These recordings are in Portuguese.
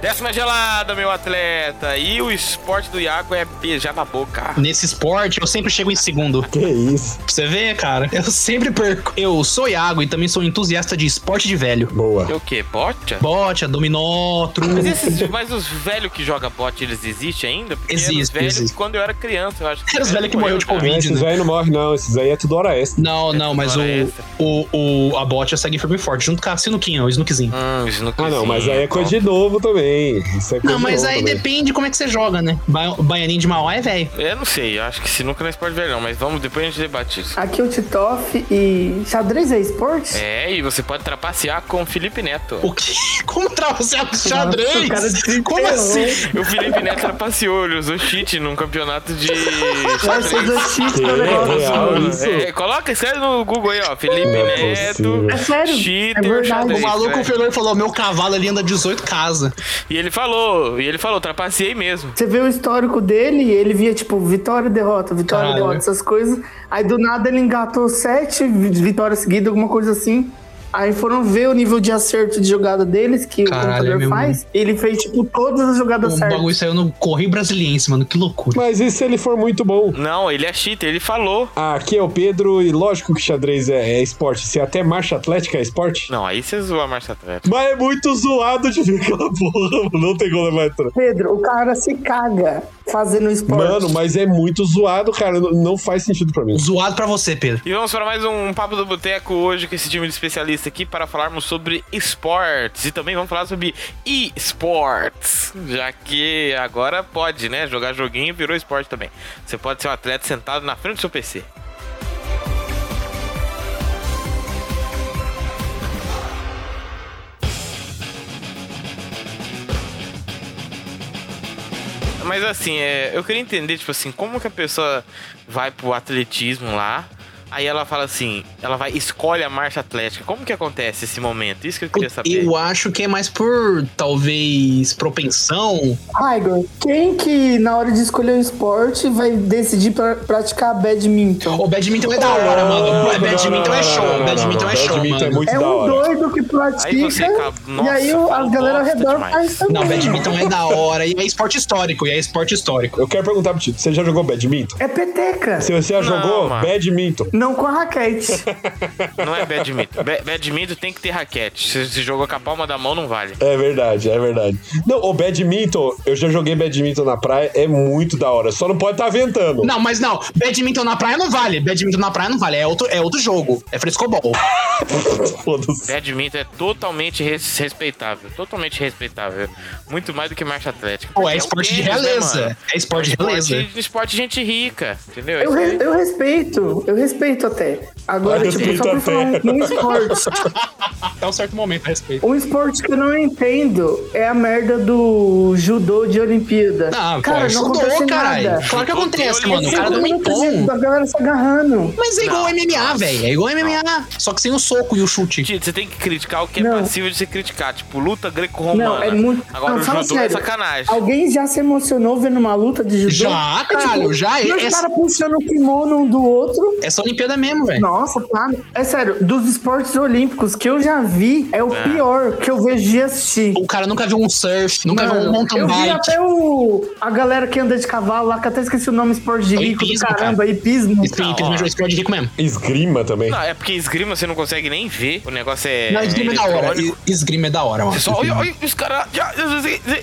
Décima gelada, meu atleta. E o esporte do Iago é beijar na boca. Nesse esporte, eu sempre chego em segundo. Que isso. Pra você ver, cara, eu sempre perco. Eu sou Iago e também sou entusiasta de esporte de velho. Boa. É o quê? Bocha? Bote, dominó, truco. Mas, esses, mas os velhos que jogam bote, eles existem ainda? Porque Existe, os velhos, existe. quando eu era criança, eu acho que... Era os velhos que morreu de já. Covid. Não, esses aí não morrem, não. Esses aí é tudo hora extra. Não, não, mas o, Agora é essa. o, o, a bote segue firme e forte, junto com a sinuquinha, o snookzinho. Hum, snookzinho, Ah, não, mas aí é coisa bom. de novo também. Isso é coisa Não, mas de novo aí também. depende como é que você joga, né? Ba Baianinho de Mauá é velho. Eu não sei, eu acho que sinuca não é esporte de velho, não, mas vamos, depois a gente debate isso. Aqui é o Titoff e xadrez é esporte? É, e você pode trapacear com o Felipe Neto. O quê? Como trapacear o xadrez? o cara como desenterrou. assim? O Felipe Neto trapaceou, ele usou cheat num campeonato de. Vai ser do X no negócio. real isso? É, coloca, escreve no Google aí, ó. Felipe Não é Neto. possível. É sério, é Cheater, verdade. xadrez, O maluco velho. virou e falou: meu cavalo ali anda 18 casa. E ele falou, e ele falou, trapaceei mesmo. Você vê o histórico dele, ele via, tipo, vitória, derrota, vitória, Caralho. derrota, essas coisas. Aí do nada ele engatou sete vi- vitórias seguidas, alguma coisa assim. Aí foram ver o nível de acerto de jogada deles, que Caralho, o é computador mesmo, faz. Ele fez, tipo, todas as jogadas O certas. bagulho saiu no Correio Brasiliense, mano. Que loucura. Mas e se ele for muito bom? Não, ele é cheater, ele falou. Ah, aqui é o Pedro e lógico que xadrez é, é esporte. Se até marcha atlética é esporte. Não, aí você zoa a marcha atlética. Mas é muito zoado de ver aquela porra, mano. Não tem como levantar. Pedro, o cara se caga fazendo esporte. Mano, mas é muito zoado, cara. Não- Não faz sentido pra mim. Zoado pra você, Pedro. E vamos para mais um Papo do Boteco hoje com esse time de especialista aqui para falarmos sobre esportes. E também vamos falar sobre esportes. Já que agora pode, né? Jogar joguinho virou esporte também. Você pode ser um atleta sentado na frente do seu PC. Mas assim, é, eu queria entender, tipo assim, como que a pessoa vai pro atletismo lá, aí ela fala assim, ela vai, escolhe a marcha atlética. Como que acontece esse momento? Isso que eu queria saber. Eu acho que é mais por, talvez, propensão. Ah, Igor, quem que na hora de escolher o esporte vai decidir pra praticar badminton? O badminton é da hora, mano. O badminton é show. O badminton é show, Badminton é mano. muito É da um hora. doido que Aí você pratica, acaba- e aí o- Nossa, a galera ao bosta redor demais. faz também. Não, badminton é da hora. E é esporte histórico. E é esporte histórico. Eu quero perguntar pro Tito, você já jogou badminton? É peteca. Se você já Não, jogou, mano. badminton. Não com a raquete. Não é badminton. Ba- badminton tem que ter raquete. Se, se jogou com a palma da mão, não vale. É verdade, é verdade. Não, o badminton, eu já joguei badminton na praia, é muito da hora. Só não pode estar ventando. Não, mas não. Badminton na praia não vale. Badminton na praia não vale. É outro, é outro jogo. É frescobol. Foda-se. Badminton é totalmente res- respeitável. Totalmente respeitável. Muito mais do que marcha atlética. Pô, é um esporte de tênis, né, realeza. mano? É esporte de realeza. Esporte, esporte de gente rica, entendeu? Eu, é Isso aí. re- eu respeito, eu respeito até. Agora, Eu tipo, só respeito pra falar até. um, um esporte. Até um certo momento a respeito. Um esporte que eu não entendo é a merda do judô de Olimpíada. Não, cara, não judô, acontece caralho. nada. Claro que Judô acontece, tem mano. O Olimpíada. cara Cinco do minutos Meipom. da galera se agarrando. Mas é igual Não. MMA, velho. É igual MMA. Só que sem o soco e o chute. Tito, Você tem que criticar o que é Não. passível de se criticar. Tipo, luta Não, greco-romana. é muito. Agora não, o fala judô é sério. sacanagem. Alguém já se emocionou vendo uma luta de judô? Tipo, Já, caralho, já é- Os é- caras puxando o kimono um do outro. É só Olimpíada mesmo, velho. Nossa, claro. É sério, dos esportes olímpicos que eu já vi, é o pior que eu vejo de assistir. O cara nunca viu um surf, nunca viu um Mano, mountain eu vi bike. até o, a galera que anda de cavalo lá, que eu até esqueci o nome esporte de É o rico do hipismo, caramba, hipismo. Espírito, Não, ó. mas é esporte de rico mesmo. Esgrima também. Não, é porque esgrima você não consegue nem ver. O negócio é. Não, esgrima é da hora. eletrônico. E- Esgrima é da hora, mano. Você só olha, olha os caras. já-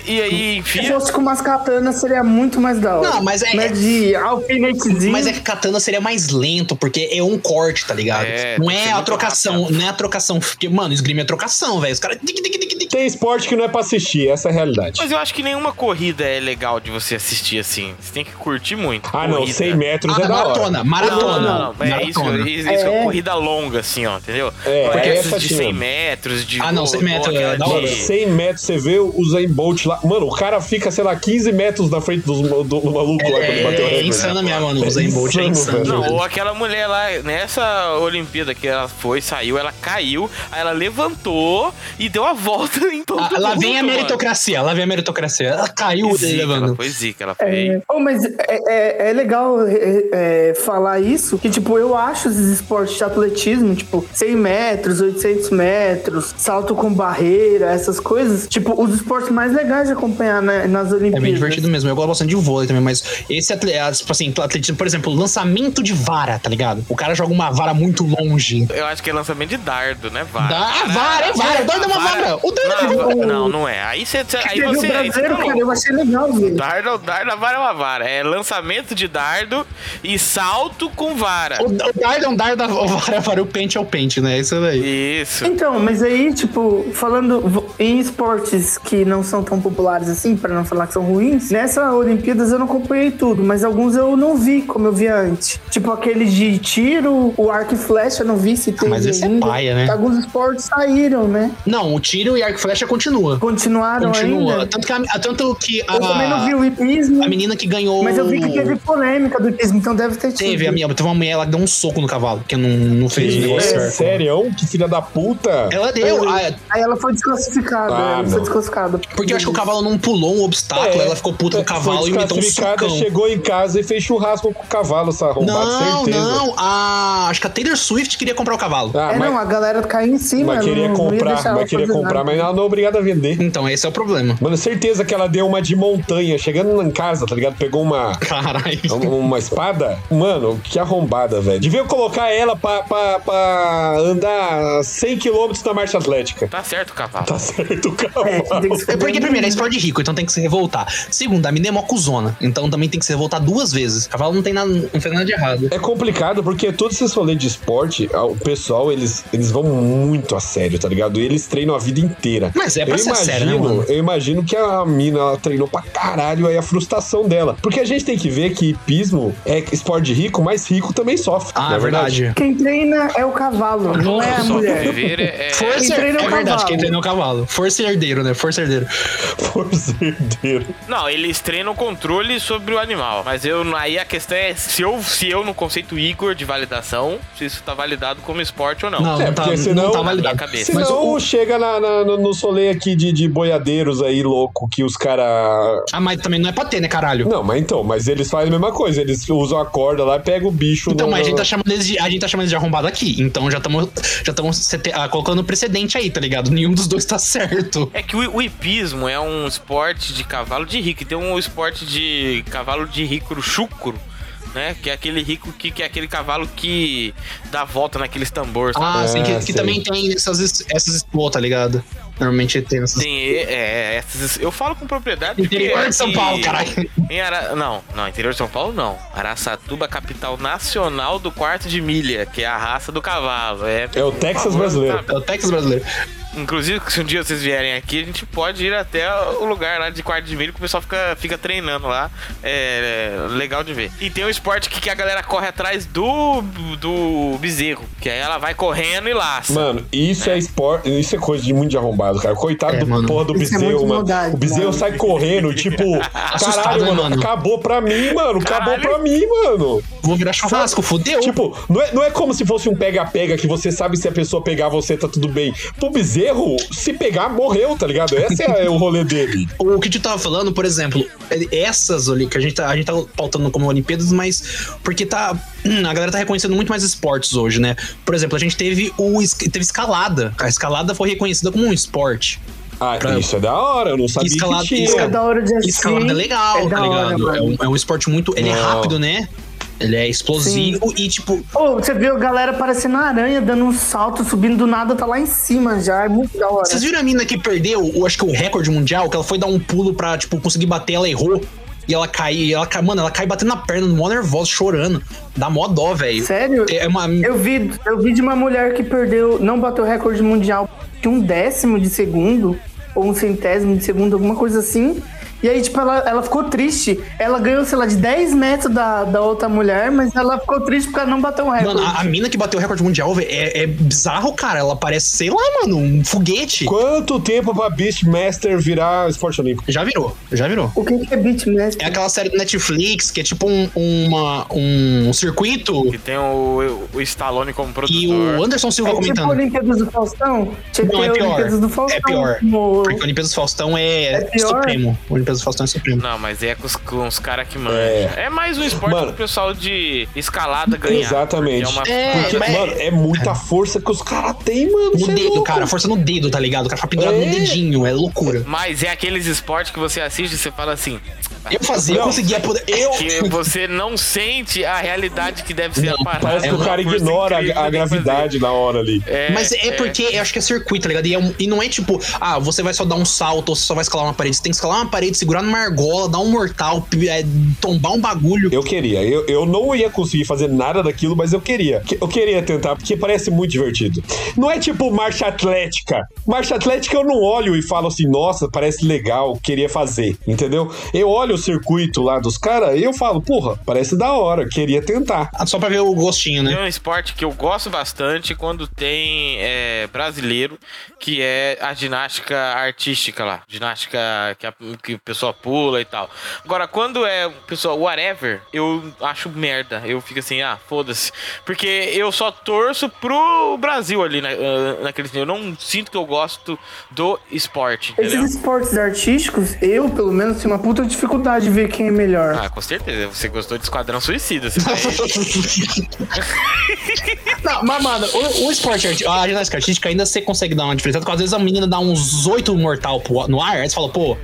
E aí, Se enfia. fosse com umas katanas, seria muito mais da hora. Não, mas é- Né, de alfinetezinho. Mas é que katana seria mais lento, porque é um corte, tá ligado? É, não tem que ser é a muito trocação, rápido. não é a trocação. Porque, mano, esgrima é trocação, velho. Os caras. tic, tic, tic, tic. Tem esporte que não é pra assistir, essa é a realidade. Mas eu acho que nenhuma corrida é legal de você assistir assim. Você tem que curtir muito. Ah, não, corrida. 100 metros Ah, é da hora. maratona, Não, maratona. não, não. É isso, maratona. isso isso é É. corrida longa, assim, ó, entendeu? É, Porque é essas essa de assim 100 mesmo. metros, de. Ah, não, ou- 100 metros, ou aquela é da hora. Mano, de- 100 metros, você vê o Zayn Bolt lá. Mano, o cara fica, sei lá, 15 metros na frente dos, do, do maluco lá quando É, bateu o é recorde. insano mesmo, mano. O Zayn Bolt é Insano, insano. velho. Não, velho. ou aquela mulher lá, nessa Olimpíada que ela foi, saiu, ela caiu, aí ela levantou e deu a volta em todo Ah, lá vem a mundo, é mano. meritocracia, lá vem a meritocracia. Ela caiu Foi zica, ela levando. foi zica, ela foi. É, oh, mas é, é- é legal é, é, falar isso, que, tipo, eu acho esses esportes de atletismo, tipo, 100 metros, 800 metros, salto com barreira, essas coisas, tipo, os esportes mais legais de acompanhar né, nas É Olimpíadas. bem divertido mesmo. Eu gosto bastante de vôlei também, mas esse atleta, tipo assim, atletismo, por exemplo, lançamento de vara, tá ligado? O cara joga uma vara muito longe. Eu acho que é lançamento de dardo, né? Vara. Dá a vara, é vara, o dardo é uma vara. O dardo é uma não, vara. não, não é. Aí você. você- Aí Teve o você. Aí você um brasileiro, tá cara, eu louco. achei legal, velho. Dardo, dardo, a vara é uma vara. É lançamento de dardo e salto com vara. O, o dardo é um dardo, a vara é a vara, o pente é o pente, né? Isso daí. Isso. Então, mas aí, tipo, falando vo- em esportes que não são tão populares assim, pra não falar que são ruins, nessa Olimpíadas eu não acompanhei tudo, mas alguns eu não vi como eu via antes. Tipo, aquele de tiro, o arco e flecha, eu não vi se teve mas esse é ainda. paia, né? Alguns esportes saíram, né? Não, o tiro e arco e flecha continua. Continuaram Continua. ainda. Tanto que a, tanto que a, Eu também não vi o hipismo, a menina que ganhou. mas eu vi que teve polêmica do hipismo, então deve ter tido. Teve, a minha, teve uma mulher, ela deu um soco no cavalo, que não, não fez o Que, negócio é, certo. sério? Que filha da puta. Ela deu. ah, Aí ela foi desclassificada, Ah, ela foi não. desclassificada. porque eu acho que o cavalo não pulou um obstáculo, É, ela ficou puta no foi cavalo e meteu um desclassificada, socão. chegou em casa e fez churrasco com o cavalo, essa arrombada, Não, certeza. não. A, acho que a Taylor Swift queria comprar o cavalo. Ah, é, mas, não, a galera caiu em cima. mas queria não- não ia comprar, deixar ela mas queria fazer comprar, nada. mas ela não é obrigada a vender. Então, esse é o problema. Mano, certeza que ela deu uma de montanha, chegando em casa, tá ligado? Pegou uma... Caralho. Um- Uma espada? Mano, que arrombada, velho. Devia colocar ela pra, pra, pra andar 100km na marcha atlética. Tá certo, cavalo. Tá certo, É, cavalo. tem que um. se É fuder porque, mesmo. primeiro, é esporte de rico, então tem que se revoltar. Segundo, a mina é mó cuzona, então também tem que se revoltar duas vezes. Cavalo não tem nada, não fez nada de errado. É complicado porque todos esses rolês de esporte, ah, o pessoal, eles, eles vão muito a sério, tá ligado? E eles treinam a vida inteira. Mas é pra eu ser imagino, sério, né, mano? Eu imagino que a mina ela treinou pra caralho aí a frustração dela. Porque a gente tem que ver que hipismo é esporte de rico, mas rico também sofre. Ah, não é verdade. Quem treina é o cavalo, não é a Só mulher. viver é. é- Força Quem treina é o é verdade, cavalo. quem treina é o cavalo. Força e herdeiro, né? Força e herdeiro. Força herdeiro. Não, eles treinam controle sobre o animal. Mas eu aí a questão é se eu, se eu no conceito Igor de validação, se isso tá validado como esporte ou não. Não, É, não, tá, porque não senão- tá Na validado. cabeça. Senão Mas o- chega na, na- no- no solê aqui de, de boiadeiros aí, louco, que os caras. Ah, mas também não é pra ter, né, caralho? Não, mas então, mas eles fazem a mesma coisa. Eles usam a corda lá e pegam o bicho. Então, no- mas a gente, no- tá chamando eles de, a gente tá chamando eles de arrombado aqui. Então já estamos já tamo sete- ah, colocando precedente aí, tá ligado? Nenhum dos dois tá certo. É que o, o hipismo é um esporte de cavalo de rico. E tem um esporte de cavalo de rico chucro, né? Que é aquele rico que, que é aquele cavalo que dá a volta naqueles tambores. Ah, Ah, sim, que, que sei. também tem essas, es- essas expo, tá ligado? Normalmente tem essas. Tem, é, é, essas, eu falo com propriedade. porque Interior de São aqui- Paulo, caralho. Em Ara... Não, não, interior de São Paulo não. Araçatuba, capital nacional do quarto de milha, que é a raça do cavalo. É, É o Texas brasileiro. É o Texas brasileiro. Inclusive, se um dia vocês vierem aqui, a gente pode ir até o lugar lá de quarto de milho que o pessoal fica, fica treinando lá. É, é legal de ver. E tem um esporte que, que a galera corre atrás do, do bezerro, que aí ela vai correndo e laça. Mano, isso é esporte. Isso é coisa de muito de arrombado, cara. Coitado É, do mano. porra do Isso é bezerro, muito mano. maldade, o bezerro mano. sai correndo, tipo, Assustado, caralho, né, mano, mano? Acabou pra mim, mano. Acabou Caralho. pra mim, mano. Vou virar churrasco, fodeu. Tipo, não é, não é como se fosse um pega-pega que você sabe se a pessoa pegar você tá tudo bem. Pro bezerro, se pegar, morreu, tá ligado? Esse é o rolê dele. o que tu tava falando, por exemplo, é, essas ali, que a gente tá, a gente tá pautando como Olimpíadas, mas porque tá. hum, A galera tá reconhecendo muito mais esportes hoje, né? Por exemplo, a gente teve o es- teve escalada. A escalada foi reconhecida como um esporte. Ah, Pra- isso é da hora, eu não sabia Escalado- que tinha. Isso é da hora de assistir. Escalada é legal, tá ligado? é, um, é um esporte muito. Ele é Não. rápido, né? Ele é explosivo e, tipo, Ô, você viu a galera parecendo aranha, dando um salto, subindo do nada, tá lá em cima já. É muito da hora. Vocês viram a mina que perdeu, eu acho que o recorde mundial, que ela foi dar um pulo pra, tipo, conseguir bater, ela errou. E ela cai, e ela cai, mano, ela cai batendo na perna, mó nervosa, chorando. Dá mó dó, velho. Sério? É uma. Eu vi, eu vi de uma mulher que perdeu, não bateu recorde mundial de um décimo de segundo, ou um centésimo de segundo, alguma coisa assim. E aí, tipo, ela, ela ficou triste. Ela ganhou, sei lá, de 10 metros da, da outra mulher, mas ela ficou triste porque ela não bateu um recorde. Mano, a, a mina que bateu o recorde mundial, velho, é, é bizarro, cara. Ela parece, sei lá, mano, um foguete. Quanto tempo pra Beastmaster virar esporte olímpico? Já virou, já virou. O que que é beatmaster? É aquela série do Netflix que é tipo um, uma- um circuito Que tem o, o Stallone como produtor. e o Anderson Silva É tipo comentando. Olimpíadas do Faustão? Tipo Não, é pior. Olimpíadas do Faustão. Tipo, É pior. Mo- Porque o Olimpíadas do Faustão é, pior. supremo. O Olimpíadas do Faustão é supremo. Não, mas é com os, com os caras que manjam. É. É. mais um esporte Mano. pro pessoal de escalada ganhar. Exatamente. É uma... É, Porque, mas- mano, é muita força que os caras têm, mano. No cê é dedo, louco. cara. Força no dedo, tá ligado? O cara fica pendurado É. no dedinho. É loucura. Mas é aqueles esportes que você assiste e você fala assim. Eu fazia, eu Não. conseguia. poder- Eu. Que você não sente a realidade que deve ser Não, a parada. Parece que É o cara uma força ignora incrível a, a que tem que fazer. gravidade na hora ali. É, Mas é, porque eu acho que é circuito, tá ligado? E, é um- e não é tipo, ah, você vai só dar um salto ou você só vai escalar uma parede. Você tem que escalar uma parede, segurar numa argola, dar um mortal, p- é, tombar um bagulho. Eu queria. Eu, eu não ia conseguir fazer nada daquilo, mas eu queria. Que- Eu queria tentar, porque parece muito divertido. Não é tipo marcha atlética. Marcha atlética eu não olho e falo assim, nossa, parece legal, queria fazer. Entendeu? Eu olho o circuito lá dos caras e eu falo, porra, parece da hora, queria tentar. Ah, Só pra ver o gostinho, né? Tem um esporte que eu gosto bastante quando tem é, brasileiro, que é a ginástica artística lá. Ginástica que, a, que o pessoal pula e tal. Agora, quando é, pessoal, whatever, eu acho merda. Eu fico assim, ah, foda-se. Porque eu só torço pro Brasil ali na, ah, naquele. Eu não sinto que eu gosto do esporte, entendeu? Esses esportes artísticos, eu, pelo menos, tenho uma puta dificuldade de ver quem é melhor. Ah, com certeza. Você gostou de Esquadrão Suicida. Você vai- Não, mas, mano, o, o esporte arti- tá a ah, ginástica artística ainda você consegue dar uma diferença. Porque às vezes a menina dá uns oito mortal pro- no ar, aí você fala, pô,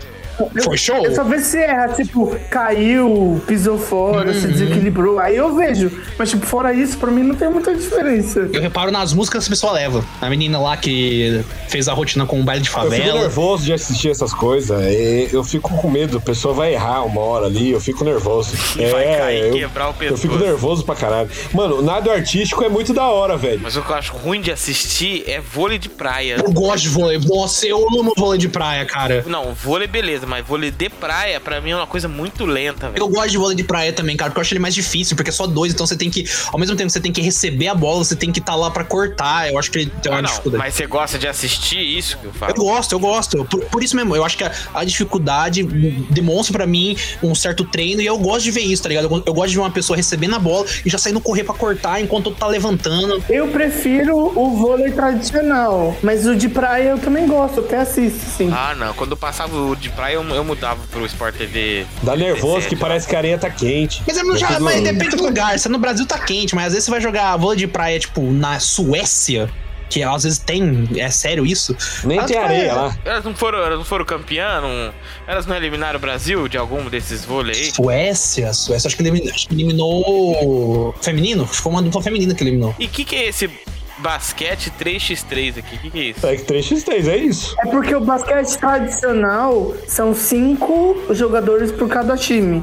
foi show? Eu só vejo se erra, tipo, caiu, pisou fora, Uhum. se desequilibrou. Aí eu vejo. Mas, tipo, fora isso, pra mim não tem muita diferença. Eu reparo nas músicas que a pessoa leva. A menina lá que fez a rotina com o baile de Eu fico favela. nervoso de assistir essas coisas. é, Eu fico com medo, a pessoa vai errar uma hora ali, eu fico nervoso. Vai É, cair, eu, quebrar o Eu fico pescoço. nervoso pra caralho. Mano, nada artístico é muito da hora, velho. Mas o que eu acho ruim de assistir é vôlei de praia. Eu gosto de vôlei. Nossa, eu amo vôlei de praia, cara. Não, vôlei beleza, mas vôlei de praia pra mim é uma coisa muito lenta, velho. Eu gosto de vôlei de praia também, cara, porque eu acho ele mais difícil, porque é só dois, então você tem que. Ao mesmo tempo que você tem que receber a bola, você tem que estar lá pra cortar. Eu acho que ele tem uma Ah, não, dificuldade. mas você gosta de assistir isso que eu Eu falo? gosto, eu gosto. Por, por isso mesmo, eu acho que a, a dificuldade demonstra pra mim um certo treino e eu gosto de ver isso, tá ligado? Eu, eu gosto de ver uma pessoa recebendo a bola e já saindo correr pra cortar enquanto outro tá levantando. Eu prefiro o vôlei tradicional, mas o de praia eu também gosto, eu até assisto, sim. Ah, não. Quando eu passava o de praia, eu, eu mudava pro Sport TV. Dá nervoso que Decente. parece que a areia tá quente. Mas, é no- Eu já, fico- mas depende do lugar. Se é no Brasil tá quente, mas às vezes você vai jogar vôlei de praia, tipo, na Suécia, que às vezes tem. É sério isso? Nem Ah, tem tá, areia lá. Elas não foram, elas não foram campeã, não- elas não eliminaram o Brasil de algum desses vôlei aí? Suécia, Suécia, acho que eliminou, acho que eliminou feminino. Acho que foi uma dupla feminina que eliminou. E o que, que é esse basquete 3x3 aqui? O que, que é isso? É que 3x3, é isso. É porque o basquete tradicional são cinco jogadores por cada time.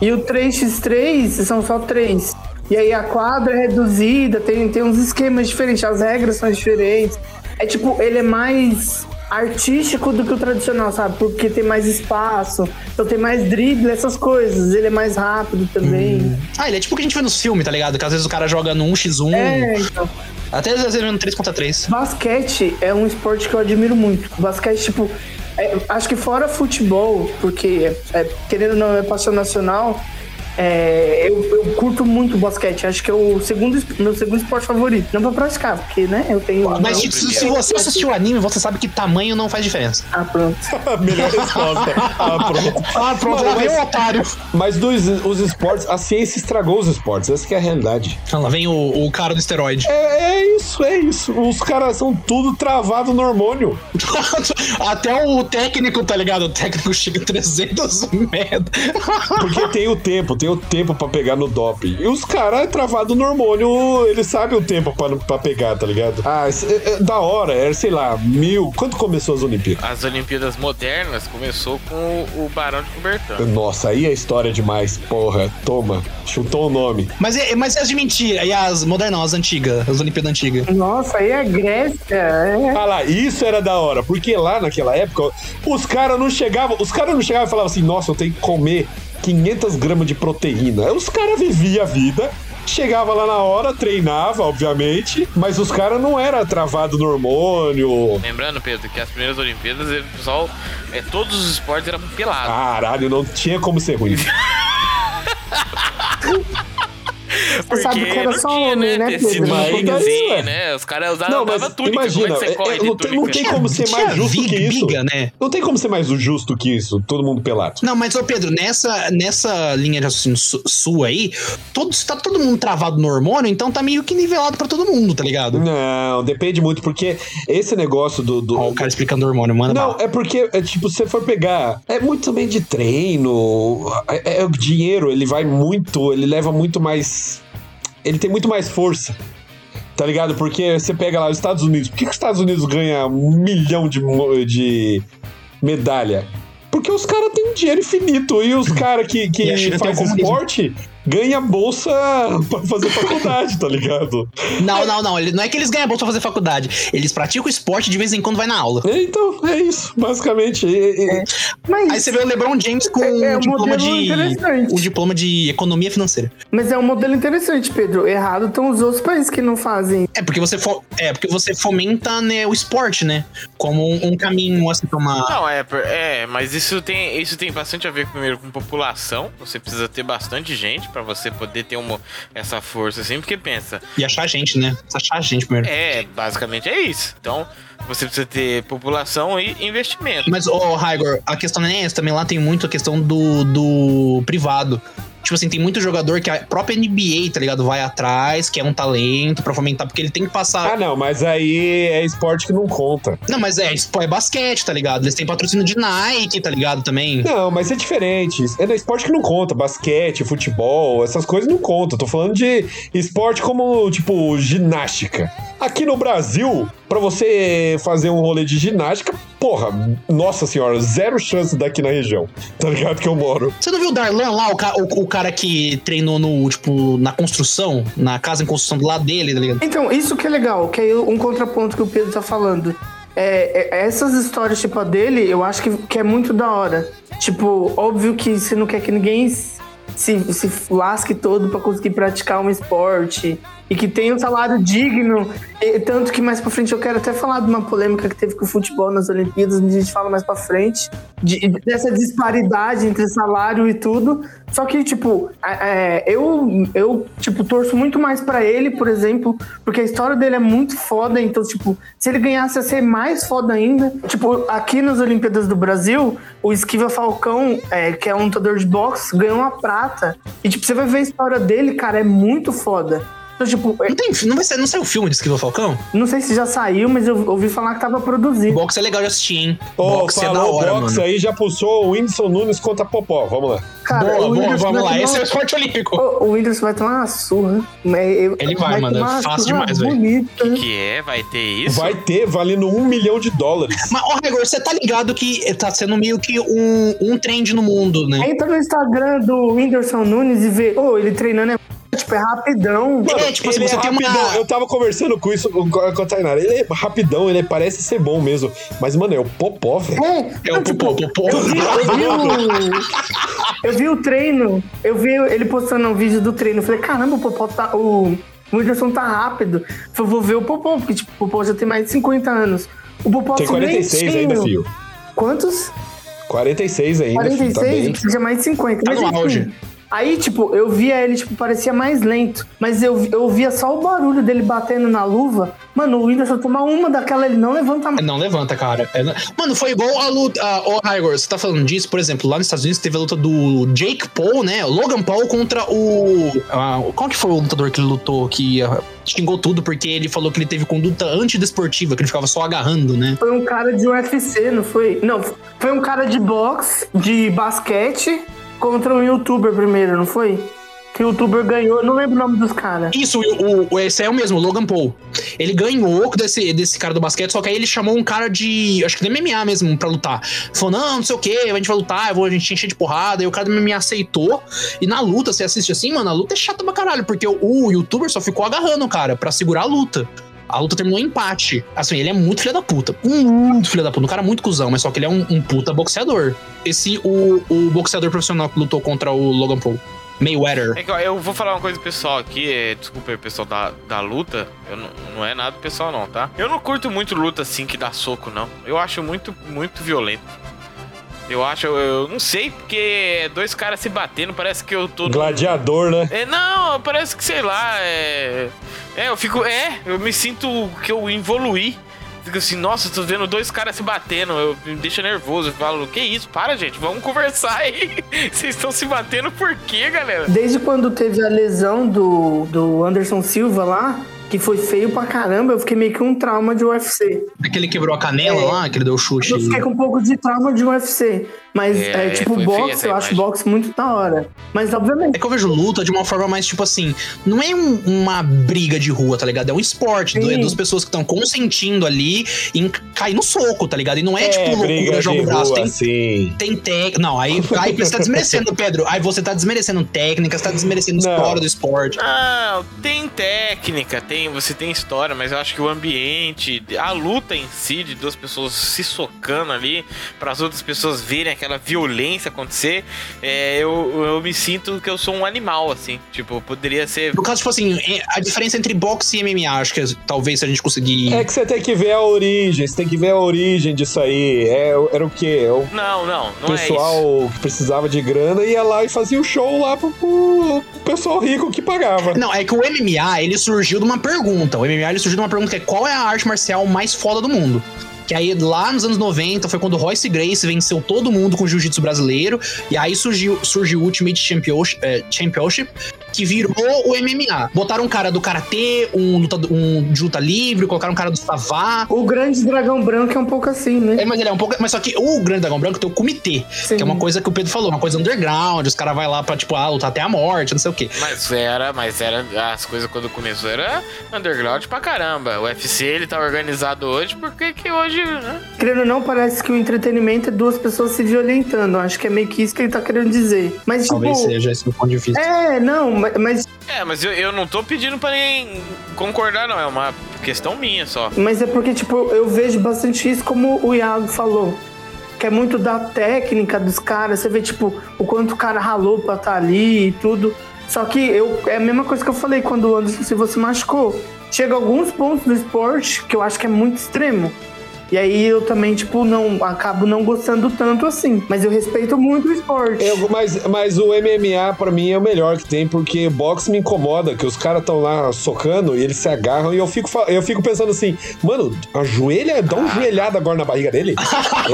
E o 3x3 são só três. E aí a quadra é reduzida, tem, tem uns esquemas diferentes, as regras são diferentes. É tipo, ele é mais artístico do que o tradicional, sabe? Porque tem mais espaço, então tem mais drible, essas coisas. Ele é mais rápido também. Ah, ele é tipo o que a gente vê nos filmes, tá ligado? Que às vezes o cara joga no 1x1, É, então. até às vezes no 3 contra 3. Basquete é um esporte que eu admiro muito. Basquete, tipo, é, acho que fora futebol, porque é, querendo ou não é paixão nacional, é, eu, eu curto muito basquete. Acho que é o segundo, es- meu segundo esporte favorito. Não pra praticar, porque, né, eu tenho. Mas não, tipo, se, se você assistiu o anime, você sabe que tamanho não faz diferença. Ah, pronto. Melhor resposta. Ah, pronto. Ah, pronto, lá vem o otário. Mas dos os esportes, a ciência estragou os esportes. Essa que é a realidade. Lá vem o, o cara do esteroide. É, é isso, é isso. Os caras são tudo travado no hormônio. Até o técnico, tá ligado? O técnico chega 300 metros. Porque tem o tempo, tem o tempo pra pegar no doping. E os caras é travado no hormônio, eles sabem o tempo pra, pra pegar, tá ligado? Ah, esse- é- é da hora, era, sei lá, mil. Quando começou as Olimpíadas? As Olimpíadas modernas começou com o, o Barão de Cobertão. Nossa, aí é história demais, porra. Toma, chutou o nome. Mas, é- mas é as de mentira. E as modernas, não, as antigas, as Olimpíadas antiga. Nossa, aí é Grécia. É. Ah lá, isso era da hora, porque lá naquela época os caras não chegavam, os caras não chegavam e falavam assim, nossa, eu tenho que comer 500 gramas de proteína. Os caras viviam a vida, chegava lá na hora, treinava, obviamente, mas os caras não era travado no hormônio. Lembrando, Pedro, que as primeiras Olimpíadas, o pessoal, é, todos os esportes eram pelados. Caralho, não tinha como ser ruim. Porque sabe que era não só tinha, homem, né, Pedro? Tecido Mas magrinho, daí, ué. né? Os caras usavam Não, usava mas túnica. imagina, como é que você é- corre é- de não tem- túnica? não tem como ser mais Tinha justo que isso. biga, né? Não tem como ser mais justo que isso, todo mundo pelado. Não, mas, ô Pedro, nessa, nessa linha de raciocínio su- sua aí, todos, tá todo mundo travado no hormônio, então tá meio que nivelado pra todo mundo, tá ligado? Não, depende muito, porque esse negócio do. do- Ó, o cara explicando o hormônio, manda Não, bala. é porque, é, tipo, se você for pegar, é muito também de treino, é, é o dinheiro, ele vai muito, ele leva muito mais. Ele tem muito mais força. Tá ligado? Porque você pega lá os Estados Unidos. Por que, que os Estados Unidos ganha um milhão de, mo- de medalha? Porque os caras têm um dinheiro infinito. E os caras que, E a que China tem o fazem comunismo. esporte ganha bolsa pra fazer faculdade, tá ligado? Não, não, não. ele- não é que eles ganham bolsa pra fazer faculdade. Eles praticam esporte de vez em quando vai na aula. Então, é isso, basicamente. E- É. e- Mas, Aí você vê o LeBron James com É, é um um diploma modelo de. interessante. Um diploma de economia financeira. mas é um modelo interessante, Pedro. Errado estão os outros países que não fazem. É porque você, fo- é, porque você fomenta né, o esporte, né? Como um, um caminho a se tomar. Não, é, per- é, mas isso tem, isso tem bastante a ver primeiro com população. Você precisa ter bastante gente pra você poder ter uma, essa força assim, porque pensa, E achar gente, né? Achar gente primeiro. é, basicamente é isso. Então, você precisa ter população e investimento. Mas, ô, Raigor, a questão não é essa. Também lá tem muito a questão do, do privado. Tipo assim, tem muito jogador que a própria NBA, tá ligado? Vai atrás, que é um talento pra fomentar, porque ele tem que passar. Ah, não, mas aí é esporte que não conta. Não, mas é, isso é basquete, tá ligado? Eles têm patrocínio de Nike, tá ligado? Também. Não, mas é diferente. É no esporte que não conta. Basquete, futebol, essas coisas não contam. Tô falando de esporte como, tipo, ginástica. Aqui no Brasil, pra você fazer um rolê de ginástica, porra, nossa senhora, zero chance daqui na região. Tá ligado que eu moro. Você não viu o Darlan lá, o, ca- o- o cara que treinou no, tipo, na construção, na casa em construção do lado dele, tá ligado? Então, isso que é legal, que é um contraponto que o Pedro tá falando. É, é, essas histórias, tipo, a dele, eu acho que, que é muito da hora. Tipo, óbvio que você não quer que ninguém se, se lasque todo pra conseguir praticar um esporte e que tenha um salário digno. E, tanto que mais pra frente eu quero até falar de uma polêmica que teve com o futebol nas Olimpíadas, mas a gente fala mais pra frente, de- dessa disparidade entre salário e tudo. Só que, tipo, é, é, eu, eu tipo, torço muito mais pra ele, por exemplo, porque a história dele é muito foda. Então, tipo, se ele ganhasse ia ser mais foda ainda. Tipo, aqui nas Olimpíadas do Brasil, o Esquiva Falcão, é, que é um lutador de boxe, ganhou uma prata. E, tipo, você vai ver a história dele, cara, é muito foda. Então, tipo, é- Não, tem, não, vai ser, não saiu o filme de Esquiva Falcão? não sei se já saiu, mas eu ouvi falar que tava O produzindo. boxe é legal de assistir, hein? Ô, boxe é da falou hora, boxe mano. aí, já pulsou o Whindersson Nunes contra Popó. Vamos lá. Cara, é- boa, o boa, Whindersson vamos vai lá. tomar- Esse é o esporte olímpico. O o Whindersson vai tomar uma surra. É, eu- Ele vai, mano, tomar uma fácil surra demais, velho. bonita. Que é, vai ter isso. Vai ter valendo um milhão de dólares. Mas, ô, Regor, você tá ligado que tá sendo meio que um, um trend no mundo, né? Entra no Instagram do Whindersson Nunes e vê, ô, ele treinando é, tipo, é rapidão. É, tipo assim, Ele você é tem rapidão. uma. Eu tava conversando com isso com com a Tainara. Ele é rapidão, ele parece ser bom mesmo. Mas, mano, é o Popó, velho. É o popô, popô. tipo, Eu vi, eu vi o, eu vi o treino, eu vi ele postando um vídeo do treino. Eu falei, caramba, o Popó tá. O, o Whindersson tá rápido. Eu falei, vou ver o Popó, porque tipo, o Popó já tem mais de 50 anos. O Popó Tem 46 lentinho. ainda, filho. Quantos? 46 ainda, filho. Tá 46, bem. precisa de mais de 50. Tá mas, no enfim. auge. Aí, tipo, eu via ele, tipo, parecia mais lento. Mas eu, eu via só o barulho dele batendo na luva. Mano, o Whindersson toma uma daquela, ele não levanta a mão. Não, levanta, cara. É, não- Mano, foi igual a luta. ah, Ô, Raigor, você tá falando disso, por exemplo, lá nos Estados Unidos teve a luta do Jake Paul, né? O Logan Paul contra o. ah, qual que foi o lutador que ele lutou que ah, xingou tudo porque ele falou que ele teve conduta antidesportiva, que ele ficava só agarrando, né? Foi um cara de UFC, não foi? Não, foi um cara de boxe, de basquete, contra um youtuber primeiro, não foi? Que o youtuber ganhou, não lembro o nome dos caras. Isso, o, o- esse é o mesmo, o Logan Paul. Ele ganhou desse, desse cara do basquete, só que aí ele chamou um cara de. Acho que do MMA mesmo, pra lutar. Falou, não, não sei o quê, a gente vai lutar, eu vou, a gente encher de porrada. E o cara do MMA aceitou. E na luta, você assiste assim, mano, a luta é chata pra caralho, porque o, o youtuber só ficou agarrando o cara pra segurar a luta. A luta terminou em empate. Assim, ele é muito filha da puta. Muito filha da puta. Um cara muito cuzão, mas só que ele é um, um puta boxeador. Esse, o, o boxeador profissional que lutou contra o Logan Paul. Mayweather. É que, ó, eu vou falar uma coisa pessoal aqui, é, desculpa aí, pessoal da, da luta, eu não, não é nada pessoal não, tá? Eu não curto muito luta assim que dá soco, não. Eu acho muito, muito violento. Eu acho, eu, eu não sei, porque é dois caras se batendo, parece que eu tô... num- Gladiador, né? É, não, parece que, sei lá, é... É, eu fico, é, eu me sinto que eu evoluí. Fico assim, nossa, tô vendo dois caras se batendo, eu, me deixa nervoso, eu falo, que isso, para gente, vamos conversar aí. Vocês estão se batendo por quê, galera? Desde quando teve a lesão do, do Anderson Silva lá, que foi feio pra caramba, eu fiquei meio que um trauma de UFC. Aquele que quebrou a canela lá, que ele deu o chute. Eu fiquei com um pouco de trauma de UFC. Mas É, é, tipo foi feia boxe, essa eu acho imagem. boxe muito da hora. Mas obviamente. É que eu vejo luta de uma forma mais, tipo assim, não é um- uma briga de rua, tá ligado? É um esporte, do- é Sim. duas pessoas que estão consentindo ali em cair no soco, tá ligado? E não é, tipo loucura, joga o braço, tem assim. tem técnica. Não, aí, aí você tá desmerecendo, Pedro. Aí você tá desmerecendo técnicas, tá desmerecendo Não. história do esporte. Não, Ah, tem técnica, tem, você tem história, mas eu acho que o ambiente, a luta em si, de duas pessoas se socando ali, para as outras pessoas verem aquela violência acontecer, é, eu, eu me sinto que eu sou um animal, assim. Tipo, eu poderia ser. No caso, tipo assim, é- a diferença entre boxe e MMA, acho que talvez se a gente conseguir. É que você tem que ver a origem, você tem que ver a origem disso aí. É, era o quê? É O Não, não, não é isso. pessoal que precisava de grana ia lá e fazia o show lá pro, pro pessoal rico que pagava. Não, é que o MMA, ele surgiu de uma pergunta. O MMA, ele surgiu de uma pergunta que é qual é a arte marcial mais foda do mundo? Que aí, lá nos anos 90, foi quando o Royce Grace venceu todo mundo com o jiu-jitsu brasileiro. E aí surgiu, surgiu o Ultimate Championship, eh, Championship, que virou o MMA. Botaram um cara do Karatê, um, lutado- um de luta livre, colocaram um cara do Savá. O grande dragão branco é um pouco assim, né? É, mas ele é um pouco... Mas só que o Grande Dragão Branco tem o Comitê, Sim. que é uma coisa que o Pedro falou, uma coisa underground. Os caras vão lá pra, tipo, ah, lutar até a morte, não sei o quê. Mas era, mas era. As coisas quando começou era underground pra caramba. O UFC ele tá organizado hoje porque que hoje. Né? Querendo ou não, parece que o entretenimento é duas pessoas se violentando. Acho que é meio que isso que ele tá querendo dizer. Mas, tipo. Talvez seja esse o ponto de vista. É, não, ma- mas, É, mas eu, eu não tô pedindo pra ninguém concordar, não. É uma questão minha só. mas é porque, tipo, eu vejo bastante isso como o Iago falou. Que é muito da técnica dos caras. Você vê, tipo, o quanto o cara ralou pra estar ali e tudo. Só que eu, é a mesma coisa que eu falei quando o Anderson Silva se machucou. Chega alguns pontos do esporte que eu acho que é muito extremo. E aí eu também, tipo, não acabo não gostando tanto assim. Mas eu respeito muito o esporte. Eu- mas, mas o MMA pra mim é o melhor que tem, porque boxe me incomoda, que os caras estão lá socando e eles se agarram e eu fico, fa- eu fico pensando assim, mano, ajoelha, dá um joelhado agora na barriga dele.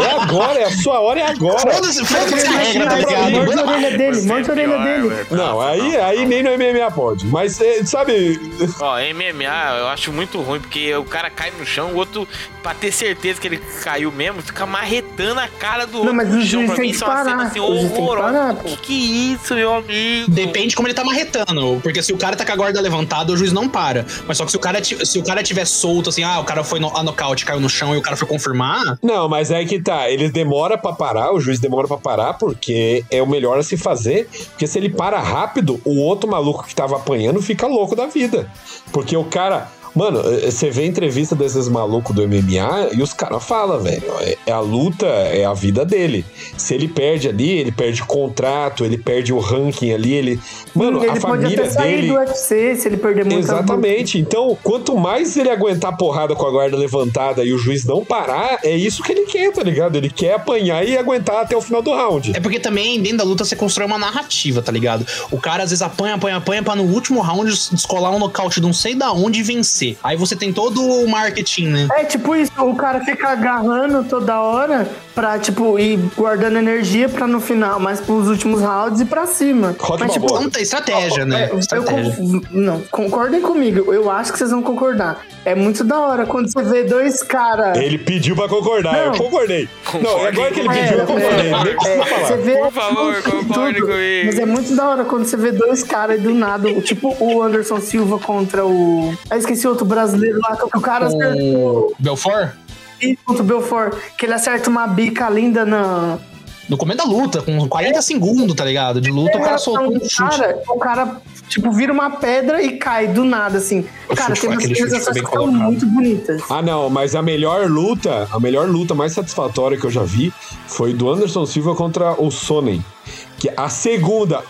É agora, é a sua hora, é agora. Foda-se, foda-se a regra, tá ligado? Morde a orelha dele, Você é morde a orelha pior, dele. velho. Não, Nossa, aí, aí nem no MMA pode. Mas, é, sabe, Ó, MMA eu acho muito ruim, porque o cara cai no chão, o outro, pra ter certeza que ele caiu mesmo, fica marretando a cara do outro. Não, mas no o chão. juiz Pra tem mim, que isso é uma cena parar. assim O juiz tem que horrorosa. parar, Que, pô. que isso, meu amigo? Depende como ele tá marretando, porque se o cara tá com a guarda levantada, o juiz não para. Mas só que se o cara, ti- se o cara tiver solto, assim, ah, o cara foi no, a nocaute, caiu no chão e o cara foi confirmar, Não, mas é que tá. Ele demora pra parar, o juiz demora pra parar, porque é o melhor a se fazer. Porque se ele para rápido, o outro maluco que tava apanhando fica louco da vida. Porque o cara. Mano, eh, você vê entrevista desses malucos do MMA e os caras falam, velho. é- É a luta, é a vida dele. Se ele perde ali, ele perde contrato, ele perde o ranking ali, ele. Mano, a ele pode família até sair dele. do UFC se ele perder muito Exatamente. Então, quanto mais ele aguentar a porrada com a guarda levantada e o juiz não parar, é isso que ele quer, tá ligado? Ele quer apanhar e aguentar até o final do round. é porque também dentro da luta você constrói uma narrativa, tá ligado? O cara às vezes apanha, apanha, apanha pra no último round descolar um nocaute de não sei da onde e vencer. Aí você tem todo o marketing, né? É tipo isso, o cara fica agarrando toda hora pra, tipo, ir guardando energia pra no final, mas pros últimos rounds e pra cima. Rock mas, tipo, é, Balboa. Então tem estratégia, né? eu Estratégia. conf- Não, concordem comigo, eu acho que vocês vão concordar. É muito da hora quando você vê dois caras. Ele pediu pra concordar, É. Não. eu concordei. Não, agora que ele pediu, eu concordei. Nem precisa É, Você falar. vê Por favor, tudo, concorde tudo. comigo. Mas é muito da hora quando você vê dois caras e do nada, o- tipo o Anderson Silva contra o. Ah, esqueci outro brasileiro lá, que o É. cara acertou O Belfort? contra o Belfort, que ele acerta uma bica linda na. No começo da luta, com 40 segundos, tá ligado? De luta, o cara soltou um O chute. É, cara, o cara, tipo, vira uma pedra e cai do nada, assim. O Cara, chute tem foi- umas aquele chute finalizações foi bem que são colocado. muito bonitas. Ah, não, mas a melhor luta, a melhor luta mais satisfatória que eu já vi foi do Anderson Silva contra o Sonnen. Que é a segunda.